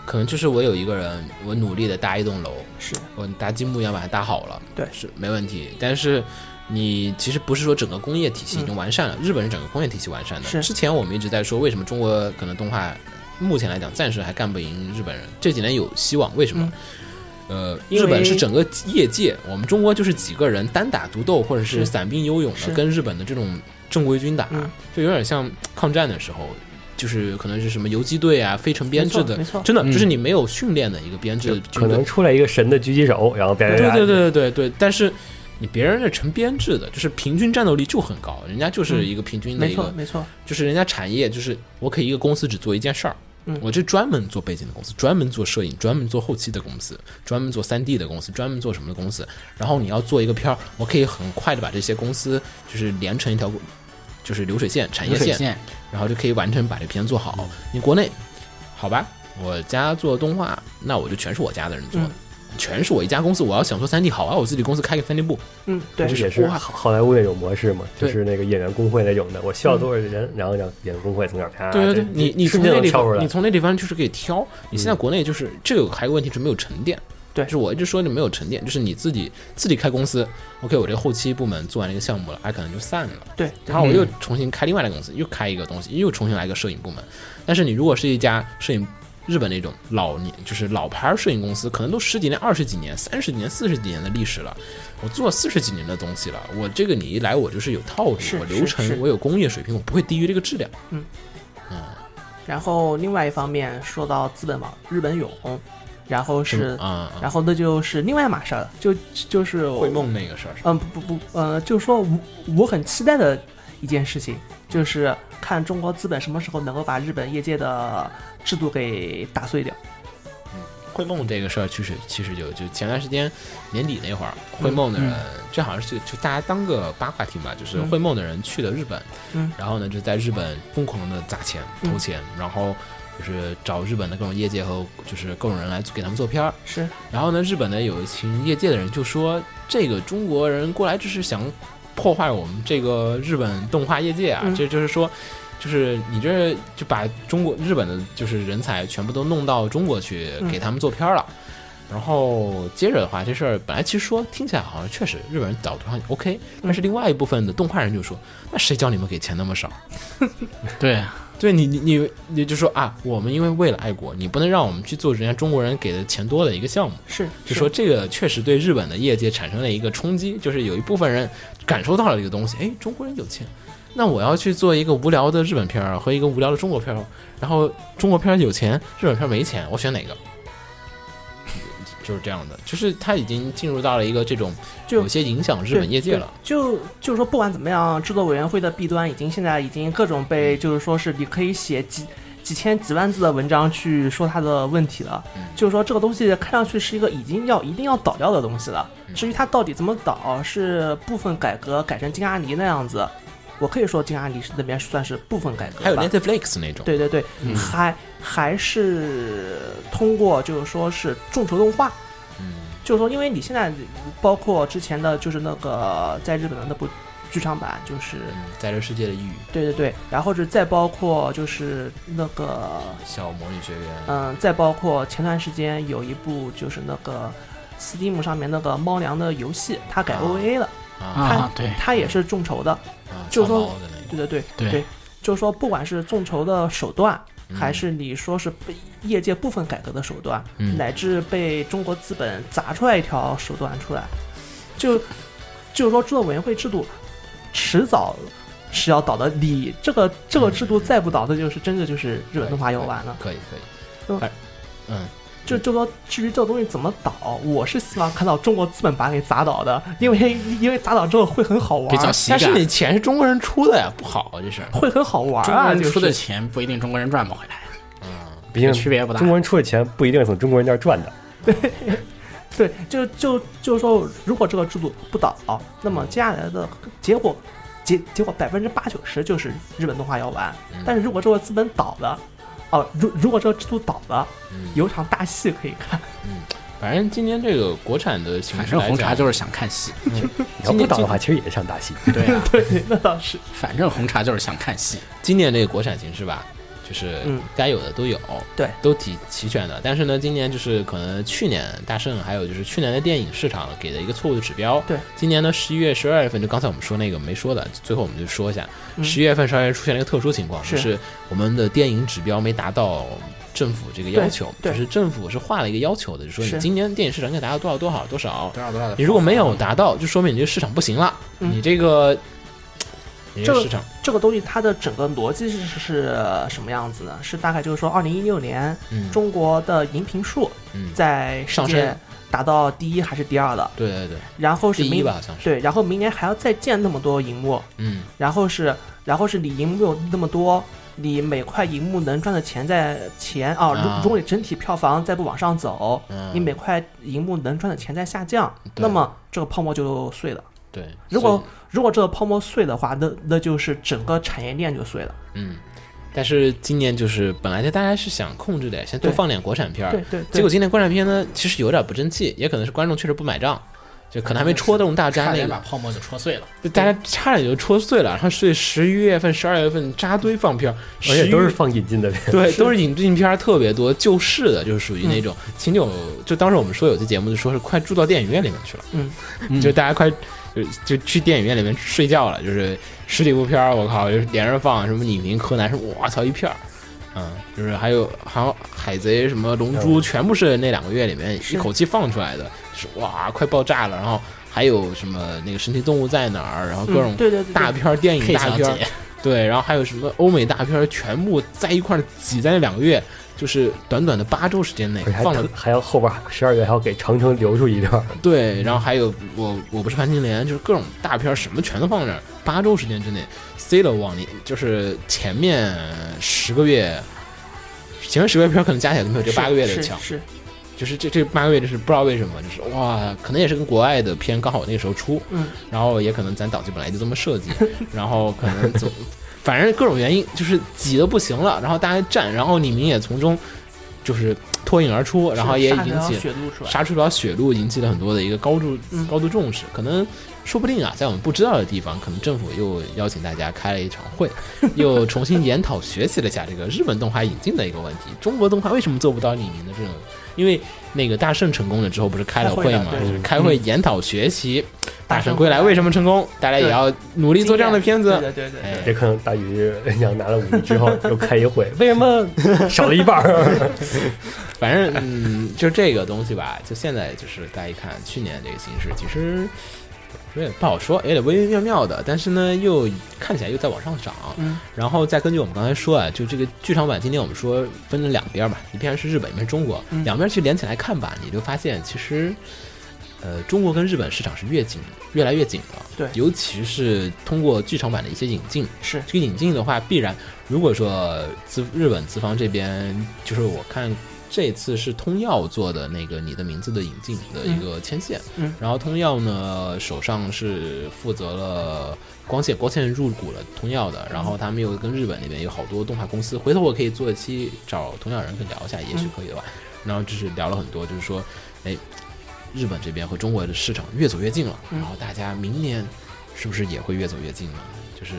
Speaker 1: 可能就是我有一个人，我努力的搭一栋楼，
Speaker 3: 是
Speaker 1: 我搭积木一样把它搭好了，
Speaker 3: 对
Speaker 1: 是没问题。但是你其实不是说整个工业体系已经完善了，日本是整个工业体系完善的。
Speaker 3: 嗯是
Speaker 1: 之前我们一直在说，为什么中国可能动画目前来讲暂时还干不赢日本人，这几年有希望，为什
Speaker 3: 嗯
Speaker 1: 么？呃，
Speaker 3: 因
Speaker 1: 日
Speaker 3: 为
Speaker 1: 本是整个业界，我们中国就是几个人单打独斗，或者是
Speaker 3: 是
Speaker 1: 散兵游泳
Speaker 3: 是
Speaker 1: 的，跟日本的这种正规军打
Speaker 3: 嗯，
Speaker 1: 就有点像抗战的时候，就是可能是什么游击队啊、非城编制的
Speaker 3: 没错没错，
Speaker 1: 真的
Speaker 4: 嗯
Speaker 1: 就是你没有训练的一个编制军队，
Speaker 4: 可能出来一个神的狙击手，然后别
Speaker 1: 对
Speaker 4: 人
Speaker 1: 对对对对对，但是你别人是成编制的，就是平均战斗力就很高，人家就是一个平均的
Speaker 3: 嗯没
Speaker 1: 一
Speaker 3: 错
Speaker 1: 个，
Speaker 3: 没错，
Speaker 1: 就是人家产业就是我可以一个公司只做一件事儿
Speaker 3: 嗯。
Speaker 1: 我这专门做背景的公司，专门做摄影，专门做后期的公司，专门做三 D 的公司，专门做什么的公司。然后你要做一个片儿，我可以很快的把这些公司就是连成一条，就是流水线、产业
Speaker 2: 流水
Speaker 1: 线，
Speaker 2: 线，
Speaker 1: 然后就可以完成把这片做好。你国内，好吧，我家做动画，那我就全是我家的人做的，全是我一家公司。我要想做三 D，好啊，我自己公司开个三 D 部，
Speaker 3: 嗯，对
Speaker 4: 不，
Speaker 1: 就是
Speaker 4: 也是
Speaker 1: 哇
Speaker 4: 好莱坞那种模式嘛，就
Speaker 1: 对嗯
Speaker 4: 是那个演员工会那种的，我需要多少人，然后让演员工会从这儿啪，
Speaker 1: 对对对
Speaker 4: 这，
Speaker 1: 你你从
Speaker 4: 瞬间
Speaker 1: 那
Speaker 4: 能
Speaker 1: 地
Speaker 4: 跳出
Speaker 1: 方，你
Speaker 4: 来，
Speaker 1: 从那地方就是可以挑。你现在国内就是这个还有个问题是没有沉淀。
Speaker 3: 对
Speaker 1: 就是我一直说你没有沉淀，就是你自己自己开公司，OK，我这个后期部门做完这个项目了，哎，可能就散了。
Speaker 3: 对，
Speaker 1: 然后我又重新开另外的公司，又开一个东西，又重新来一个摄影部门。但是你如果是一家摄影，日本那种老年就是老牌儿摄影公司，可能都十几年、二十几年、三十几年、四十几年的历史了，我做四十几年的东西了，我这个你一来我就是有套路，
Speaker 3: 是
Speaker 1: 我流
Speaker 3: 是
Speaker 1: 程，
Speaker 3: 是
Speaker 1: 我有工业水平，我不会低于这个质量。
Speaker 3: 然后另外一方面说到资本网日本涌，然后是，
Speaker 1: 啊，嗯
Speaker 3: 然后那就是另外一码事儿了，就就是
Speaker 1: 嗯
Speaker 3: 我
Speaker 1: 会梦那个事儿是吧？
Speaker 3: 嗯不不不呃，就是说我我很期待的一件事情，就是看中国资本什么时候能够把日本业界的制度给打碎掉。
Speaker 1: 会梦这个事儿，其实其实就就前段时间年底那会儿，
Speaker 3: 嗯
Speaker 1: 会梦的人，这好像是就大家当个八卦听吧，就是
Speaker 3: 嗯
Speaker 1: 会梦的人去了日本，
Speaker 3: 嗯
Speaker 1: 然后呢就在日本疯狂的砸钱
Speaker 3: 嗯
Speaker 1: 投钱，然后就是找日本的各种业界和就是各种人来给他们做片儿，
Speaker 3: 是，
Speaker 1: 然后呢日本呢有一群业界的人就说这个中国人过来就是想破坏我们这个日本动画业界啊，
Speaker 3: 嗯
Speaker 1: 这就是说。就是你这就把中国日本的就是人才全部都弄到中国去
Speaker 3: 嗯
Speaker 1: 给他们做片儿了。然后接着的话，这事儿本来其实说听起来好像确实日本人早上 OK，但是另外一部分的动画人就说，那谁叫你们给钱那么少？
Speaker 2: 对啊，
Speaker 1: 对你你你你就说啊，我们因为为了爱国，你不能让我们去做人家中国人给的钱多的一个项目。
Speaker 3: 是，
Speaker 1: 就是说这个确实对日本的业界产生了一个冲击，就是有一部分人感受到了这个东西，哎，中国人有钱，那我要去做一个无聊的日本片儿和一个无聊的中国片儿，然后中国片儿有钱，日本片儿没钱，我选哪个？就是这样的，就是他已经进入到了一个这种
Speaker 3: 就
Speaker 1: 有些影响日本业界了。
Speaker 3: 就就是说，不管怎么样，制作委员会的弊端已经现在已经各种
Speaker 1: 嗯
Speaker 3: 被，就是说是你可以写几几千几万字的文章去说它的问题了。
Speaker 1: 嗯
Speaker 3: 就是说这个东西看上去是一个已经要一定要倒掉的东西了。
Speaker 1: 嗯
Speaker 3: 至于它到底怎么倒，是部分改革改成金阿尼那样子，我可以说金阿尼是那边算是部分改革吧。
Speaker 1: 还有 Netflix 那种，
Speaker 3: 对对对，
Speaker 1: 嗯
Speaker 3: 还还是通过就是说是众筹动画，
Speaker 1: 嗯，
Speaker 3: 就是说，因为你现在包括之前的就是那个在日本的那部剧场版，就是
Speaker 1: 嗯在这世界的抑郁，
Speaker 3: 对对对，然后是再包括就是那个
Speaker 1: 小魔女学院，
Speaker 3: 嗯，再包括前段时间有一部就是那个 Steam 上面那个猫粮的游戏，它改
Speaker 1: 啊
Speaker 3: OA 了，
Speaker 1: 啊
Speaker 2: 啊，对
Speaker 3: 它也是众筹的，
Speaker 1: 啊，
Speaker 3: 就是说
Speaker 1: 藏猫的那
Speaker 3: 对对对，
Speaker 2: 对嗯
Speaker 3: 对，就是说不管是众筹的手段，
Speaker 1: 个，
Speaker 3: 还是你说是被业界部分改革的手段，
Speaker 1: 嗯
Speaker 3: 乃至被中国资本砸出来一条手段出来，就就是说制作委员会制度迟早是要倒的。你这个这个制度再不倒，那就是真的就是日本动画要完了。
Speaker 1: 可以可以，可以
Speaker 3: 嗯
Speaker 1: 反嗯，
Speaker 3: 就就说至于这个东西怎么倒，我是希望看到中国资本把它给砸倒的，因为因为砸倒之后会很好
Speaker 2: 比较
Speaker 3: 玩，
Speaker 2: 喜
Speaker 1: 但
Speaker 2: 感
Speaker 1: 是。你钱是中国人出的呀，不好啊，这是。
Speaker 3: 会很好玩
Speaker 2: 中
Speaker 3: 啊！
Speaker 2: 国人
Speaker 3: 就
Speaker 2: 出的
Speaker 3: 是
Speaker 2: 钱不一定中国人赚不回来，
Speaker 4: 毕竟
Speaker 2: 区别不大
Speaker 4: 中国人出的钱不一定从中国人那儿赚的，
Speaker 3: 对，就就就是说，如果这个制度不倒，那么接下来的结果结结果百分之八九十就是日本动画要完。
Speaker 1: 嗯
Speaker 3: 但是如果这个资本倒了，哦，如如果这个制度倒了，
Speaker 1: 嗯
Speaker 3: 有场大戏可以看。 <laughs>
Speaker 1: 反正今年这个国产的形
Speaker 2: 反
Speaker 1: 式
Speaker 2: 正
Speaker 1: 来
Speaker 2: 红茶
Speaker 1: 讲，
Speaker 2: 就是想看戏，
Speaker 4: 你要不倒的话，其实也上大戏。
Speaker 2: <laughs> 对啊，
Speaker 3: 对，那倒是。
Speaker 2: 反正红茶就是想看戏，
Speaker 1: 今年这个国产形式吧，就是
Speaker 3: 嗯
Speaker 1: 该有的都有，
Speaker 3: 对
Speaker 1: 都挺齐全的。但是呢，今年就是可能去年大圣还有就是去年的电影市场给的一个错误的指标，
Speaker 3: 对，
Speaker 1: 今年呢十一月、十二月份，就刚才我们说那个没说的，最后我们就说一下，
Speaker 3: 嗯
Speaker 1: 十一月份、十二月出现了一个特殊情况，
Speaker 3: 是
Speaker 1: 就是我们的电影指标没达到。政府这个要
Speaker 3: 对
Speaker 1: 求，
Speaker 3: 对
Speaker 1: 就是政府是画了一个要求的，就是说你
Speaker 3: 是
Speaker 1: 今年电影市场应该达到多少多少多少，
Speaker 2: 多少多少的。啊
Speaker 1: 你如果没有达到，就说明你这个市场不行了，
Speaker 3: 嗯
Speaker 1: 你这个你这
Speaker 3: 这
Speaker 1: 个
Speaker 3: 个
Speaker 1: 市场
Speaker 3: 这个东西它的整个逻辑是是什么样子呢？是大概就是说，二零一六年
Speaker 1: 嗯
Speaker 3: 中国的荧屏数
Speaker 1: 嗯，
Speaker 3: 在世
Speaker 1: 上
Speaker 3: 界
Speaker 1: 升
Speaker 3: 达到第一还是第二了，
Speaker 1: 对对对，
Speaker 3: 然后是
Speaker 1: 第一
Speaker 3: 明
Speaker 1: 吧好像是，
Speaker 3: 对，然后明年还要再建那么多荧幕，
Speaker 1: 嗯
Speaker 3: 然后是然后是你荧幕有那么多，你每块荧幕能赚的钱在钱啊，
Speaker 1: 啊
Speaker 3: 如如果你整体票房再不往上走，
Speaker 1: 嗯，
Speaker 3: 你每块荧幕能赚的钱在下降，
Speaker 1: 对
Speaker 3: 那么这个泡沫就碎了。
Speaker 1: 对，
Speaker 3: 如果
Speaker 1: 所以
Speaker 3: 如果这个泡沫碎的话，那那就是整个产业链就碎了。
Speaker 1: 嗯，但是今年就是本来就大家是想控制的，先多
Speaker 3: 对
Speaker 1: 放点国产片儿，
Speaker 3: 对对
Speaker 1: 结
Speaker 3: 对
Speaker 1: 果，今年国产片呢其实有点不争气，也可能是观众确实不买账。就可能还没戳动大家
Speaker 2: 差
Speaker 1: 那
Speaker 2: 点把
Speaker 1: 个，
Speaker 2: 泡沫就戳碎了，
Speaker 1: 就大家差点就戳碎了。然后所以十一月份、十二月份扎堆放片儿，
Speaker 4: <laughs> 而且都
Speaker 1: 11
Speaker 4: 是放引进的
Speaker 3: <laughs>
Speaker 4: 片，
Speaker 1: 对，都是引进片儿特别多，救市的，就是属于那种
Speaker 3: 嗯
Speaker 1: 秦九。就当时我们说有期节目就说是快住到电影院里面去了，
Speaker 3: 嗯
Speaker 1: 就大家快就就去电影院里面睡觉了，就是十几部片儿，我靠，就是连着放什么《影评柯南》什么，我操一片儿。嗯，就是还有还有海贼什么龙
Speaker 3: 嗯
Speaker 1: 珠，全部是那两个月里面一
Speaker 3: 是
Speaker 1: 口气放出来的，就是哇快爆炸了。然后还有什么那个神奇动物在哪儿，然后各种
Speaker 3: 嗯对对对
Speaker 1: 大片儿、电影
Speaker 2: 配
Speaker 1: 大
Speaker 2: 小
Speaker 1: 片儿
Speaker 2: 姐，
Speaker 1: 对，然后还有什么欧美大片儿全部在一块儿挤在那两个月，就是短短的八周时间内
Speaker 4: 而且哎还
Speaker 1: 放
Speaker 4: 特
Speaker 1: 了
Speaker 4: 还要后边十二月还要给长城留出一段，
Speaker 1: 对，然后还有我我不是潘金莲，就是各种大片儿什么全都放那儿，八周时间之内塞了往里，就是前面十个月，前面十个月片儿可能加起来都没有这八个月的
Speaker 3: 是
Speaker 1: 强，
Speaker 3: 是是
Speaker 1: 就是这这八个月就是不知道为什么，就是哇，可能也是跟国外的片刚好那个时候出，
Speaker 3: 嗯，
Speaker 1: 然后也可能咱导剧本来就这么设计， <laughs> 然后可能总，反正各种原因就是挤得不行了，然后大家站，然后李明也从中就是脱颖而出，然后也
Speaker 3: 杀
Speaker 1: 引
Speaker 3: 得要
Speaker 1: 起
Speaker 3: 血露出
Speaker 1: 《
Speaker 3: 来。
Speaker 1: 杀出一条血路》引起了很多的一个高度、
Speaker 3: 嗯
Speaker 1: 高度重视，可能说不定啊，在我们不知道的地方，可能政府又邀请大家开了一场会，又重新研讨学习了一下这个日本动画引进的一个问题，中国动画为什么做不到李明的这种？因为那个大圣成功了之后，不是开了
Speaker 3: 开会
Speaker 1: 会
Speaker 3: 了
Speaker 1: 嘛，
Speaker 3: 对
Speaker 1: 就是开会研讨学习《大
Speaker 3: 大
Speaker 1: 圣
Speaker 3: 圣
Speaker 1: 归来》
Speaker 3: 归来
Speaker 1: 为什么成功，大家也
Speaker 3: 对
Speaker 1: 要努力做这样的片子。
Speaker 3: 对对对对对，
Speaker 4: 也
Speaker 1: 哎，
Speaker 4: 可能大鱼想拿了五亿之后又开一会，为什么少了一半
Speaker 1: <laughs>
Speaker 4: 儿？
Speaker 1: 反正嗯，就这个东西吧，就现在就是大家一看去年这个形势，其实我也不好说，有点微微妙妙的，但是呢，又看起来又在往上涨。
Speaker 3: 嗯，
Speaker 1: 然后再根据我们刚才说啊，就这个剧场版，今天我们说分了两边嘛，一边是日本，一边是中国，
Speaker 3: 嗯
Speaker 1: 两边去连起来看吧，你就发现其实。呃，中国跟日本市场是越紧，越来越紧了。
Speaker 3: 对
Speaker 1: 尤其是通过剧场版的一些引进，
Speaker 3: 是
Speaker 1: 这个引进的话，必然如果说资日本资方这边，就是我看这次是通耀做的那个你的名字的引进的一个牵线，
Speaker 3: 嗯
Speaker 1: 然后通耀呢手上是负责了光线，光线入股了通耀的，然后他们又跟日本那边有好多动画公司，回头我可以做一期找同样人可以聊一下，也许可以的吧。然后就是聊了很多，就是说，哎，日本这边和中国的市场越走越近了，
Speaker 3: 嗯
Speaker 1: 然后大家明年是不是也会越走越近呢？就是，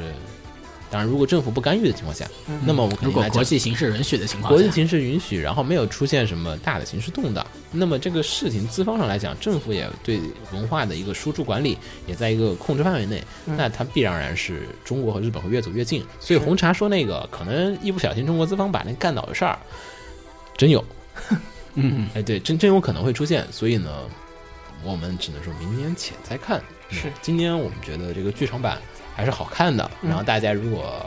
Speaker 1: 当然如果政府不干预的情况下，
Speaker 3: 嗯
Speaker 1: 那么我们肯
Speaker 2: 如
Speaker 1: 定
Speaker 2: 果
Speaker 1: 来
Speaker 2: 国
Speaker 1: 讲。
Speaker 2: 际形势允许的情况
Speaker 1: 国
Speaker 2: 下
Speaker 1: 际，形势允许，然后没有出现什么大的形势动荡，那么这个事情资方上来讲，政府也对文化的一个输出管理也在一个控制范围内，
Speaker 3: 嗯
Speaker 1: 那它必然而然是中国和日本会越走越近。所以红茶说那个，可能一不小心中国资方把那干倒的事儿，真有，
Speaker 2: 嗯，
Speaker 1: 哎，对，真真有可能会出现，所以呢，我们只能说明年且再看。
Speaker 3: 是
Speaker 1: 嗯今年我们觉得这个剧场版还是好看的，
Speaker 3: 嗯
Speaker 1: 然后大家如果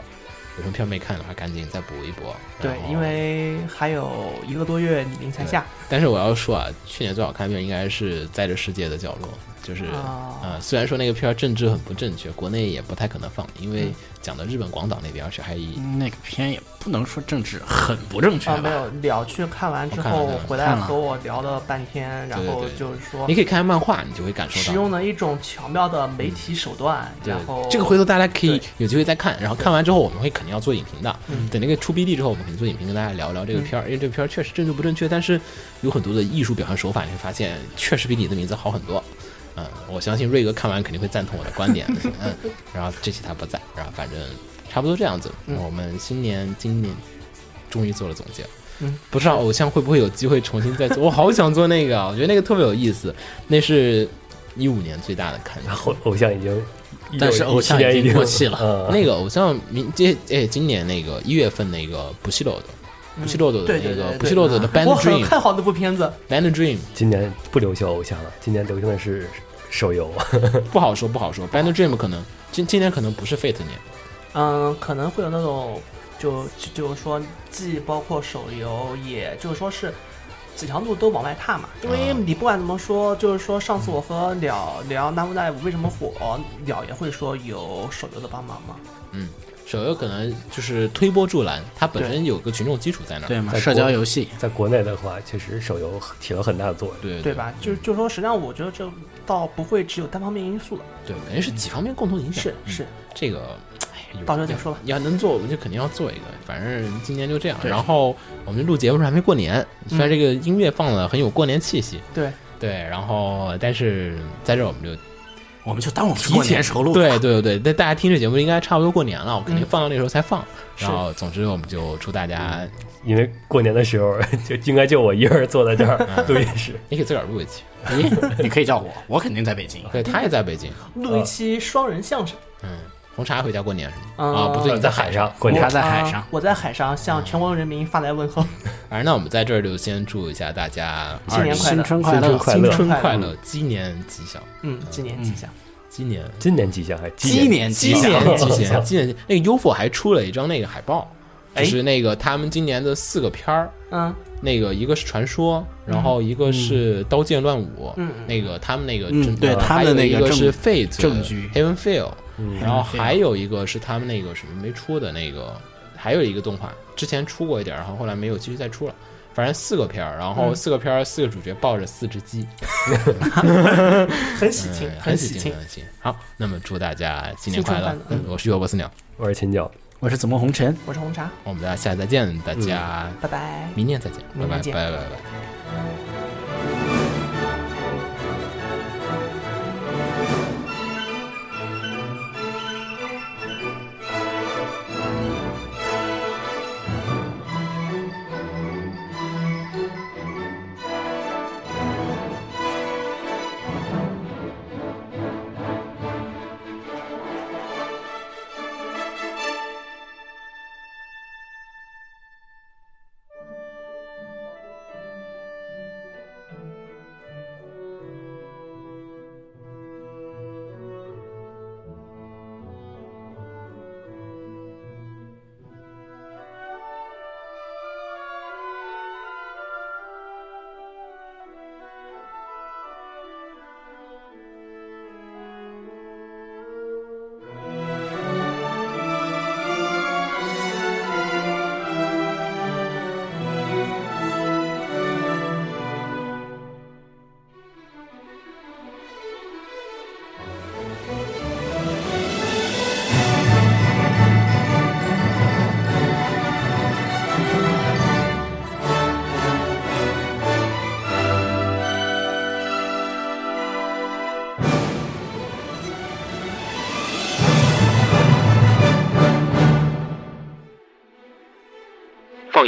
Speaker 1: 有什么片儿没看的话，赶紧再补一补。
Speaker 3: 对
Speaker 1: 然，后
Speaker 3: 因为还有一个多月李明才下
Speaker 1: 但是我要说啊，去年最好看的片儿应该是《在这世界的角落》，就是。
Speaker 3: 啊，
Speaker 1: 呃，虽然说那个片儿政治很不正确，国内也不太可能放，因为
Speaker 3: 嗯
Speaker 1: 讲的日本广岛那边，而且还以
Speaker 2: 那个片也不能说政治很不正确
Speaker 3: 啊，没
Speaker 2: 吧？
Speaker 3: 有了去看完之
Speaker 1: 我看了
Speaker 3: 后
Speaker 1: 看了
Speaker 3: 回来
Speaker 2: 看了
Speaker 3: 和我聊了半天，然
Speaker 1: 对对
Speaker 3: 后
Speaker 1: 对
Speaker 3: 就是说
Speaker 1: 你可以看漫画，你就会感受到
Speaker 3: 使用了一种巧妙的媒体手段，
Speaker 1: 嗯对
Speaker 3: 然后，
Speaker 1: 这个回头大家可以
Speaker 3: 对
Speaker 1: 有机会再看，然后看完之后我们会肯定要做影评的。
Speaker 3: 嗯
Speaker 1: 等那个出 BD 之后，我们肯定做影评，跟大家聊聊这个片儿，因为这个片儿确实正确不正确，但是有很多的艺术表现手法，你会发现确实比你的名字好很多。嗯，我相信瑞哥看完肯定会赞同我的观点。
Speaker 3: <laughs>
Speaker 1: 嗯，然后这期他不在，然后反正差不多这样子。
Speaker 3: 嗯
Speaker 1: 我们新年今年终于做了总结。
Speaker 3: 嗯，
Speaker 1: 不知道偶像会不会有机会重新再做？我好想做那个啊，我觉得那个特别有意思。那是一五年最大的看点
Speaker 4: 然。后偶像已经，
Speaker 2: 但是偶像已经
Speaker 4: 17年
Speaker 2: 过气了
Speaker 4: 嗯
Speaker 1: 那个偶像明这哎，今年那个一月份那个不西洛的，不西洛的
Speaker 3: 嗯对
Speaker 1: 那
Speaker 3: 对
Speaker 1: 个
Speaker 3: 对
Speaker 1: 不西洛的的 Band
Speaker 3: <laughs> 我很
Speaker 1: Dream
Speaker 3: 看好那部片子，
Speaker 1: Band Dream
Speaker 4: 今年不流行偶像了，今年流行的是手游。 <laughs>
Speaker 1: 不好说不好说，Band Dream 可能今今年可能不是 Fate 年，
Speaker 3: 嗯，可能会有那种就就就是说，既包括手游，也就是说是几条路都往外踏嘛。因为
Speaker 1: 嗯
Speaker 3: 你不管怎么说，就是说上次我和了聊《南无奈五》为什么火，了也会说有手游的帮忙嘛。
Speaker 1: 手游可能就是推波助澜，它本身有个群众基础在那儿，
Speaker 2: 对嘛？
Speaker 4: 在
Speaker 2: 社
Speaker 4: 国
Speaker 2: 交游戏，
Speaker 4: 在国内的话，确实手游起了很大的作用。
Speaker 1: 对
Speaker 3: 对？吧？就就说，实际上我觉得这倒不会只有单方面因素了，
Speaker 1: 对，肯定是几方面共同影响。
Speaker 3: 是
Speaker 1: 嗯
Speaker 3: 是，
Speaker 1: 这个，哎，有
Speaker 3: 到时候再说吧。
Speaker 1: 要能做，我们就肯定要做一个。反正今年就这样。然后我们录节目时候还没过年，虽
Speaker 3: 嗯
Speaker 1: 然这个音乐放的很有过年气息，
Speaker 3: 对，
Speaker 1: 对，然后但是在这儿我们就
Speaker 2: 我们就当我们
Speaker 1: 提
Speaker 2: 提前
Speaker 1: 前
Speaker 2: 熟录。
Speaker 1: 对对对，但大家听这节目应该差不多过年了，我肯定
Speaker 3: 嗯
Speaker 1: 放到那时候才放。
Speaker 3: 是
Speaker 1: 然后，总之我们就祝大家，
Speaker 4: 因为过年的时候 <laughs> 就应该就我一个人坐在这儿录音室，
Speaker 1: 你哎可以自个儿录一期，
Speaker 2: 你你可以叫我，我肯定在北京。
Speaker 1: 对，他也在北京，
Speaker 3: 录一期双人相声。
Speaker 1: 嗯，红茶回家过年是吗？
Speaker 3: 嗯
Speaker 1: 啊，不对，你
Speaker 4: 在
Speaker 1: 在
Speaker 4: 海
Speaker 1: 海上。
Speaker 4: 上过
Speaker 2: 你
Speaker 4: 年
Speaker 2: 还。在海
Speaker 3: 啊
Speaker 2: 上，
Speaker 3: 我在海上向全国人民发来问候，
Speaker 1: 反正那我们在这儿就先祝一下大家
Speaker 3: 新年快乐
Speaker 2: 新春快
Speaker 4: 新
Speaker 2: 乐
Speaker 4: 春！快
Speaker 1: 新
Speaker 4: 乐
Speaker 1: 春快
Speaker 3: 快
Speaker 1: 乐，鸡年吉祥，
Speaker 3: 嗯，今年吉祥。
Speaker 1: 鸡年
Speaker 4: 今年吉祥还
Speaker 2: 鸡年吉
Speaker 1: 今
Speaker 2: 祥，
Speaker 1: 年
Speaker 4: 吉
Speaker 1: 今
Speaker 4: 祥
Speaker 1: 年今年那个优 o 还出了一张那个海报，就
Speaker 3: 哎
Speaker 1: 是那个他们今年的四个片儿，
Speaker 3: 嗯
Speaker 1: 那个一个是传说，然后一个是刀剑乱舞，
Speaker 3: 嗯嗯
Speaker 1: 那个他们那个
Speaker 2: 嗯
Speaker 1: 正
Speaker 2: 对
Speaker 1: 呃
Speaker 2: 他
Speaker 1: 还
Speaker 2: 们
Speaker 1: 有
Speaker 2: 那
Speaker 1: 一
Speaker 2: 个
Speaker 1: 个
Speaker 2: 正
Speaker 1: 是 Fate
Speaker 2: 正剧
Speaker 1: Heaven Feel，
Speaker 4: 嗯
Speaker 1: 然后
Speaker 2: Heaven Feel
Speaker 1: 还有一个是他们那个什么没出的那个，还有一个动画之前出过一点儿，然后后来没有继续再出了。反正四个片儿，然
Speaker 3: 嗯
Speaker 1: 后四个片儿，四个主角抱着四只鸡，
Speaker 3: 很喜庆
Speaker 1: 嗯，
Speaker 3: 很
Speaker 1: 喜
Speaker 3: 庆
Speaker 1: 庆，。很喜庆。好，那么祝大家新年
Speaker 3: 新
Speaker 1: 快
Speaker 3: 春
Speaker 1: 乐！
Speaker 3: 快乐
Speaker 1: 嗯，我是尤伯斯鸟，
Speaker 4: 我是秦九，
Speaker 2: 我是紫梦红尘。
Speaker 3: 我是红茶，
Speaker 1: 我们大家下次再见，大家
Speaker 3: 拜拜。
Speaker 1: 明年再见，拜
Speaker 3: 嗯明
Speaker 1: 拜
Speaker 3: 年见
Speaker 1: 拜拜拜拜。放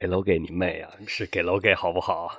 Speaker 4: 给楼给你妹啊，是给楼给好不好？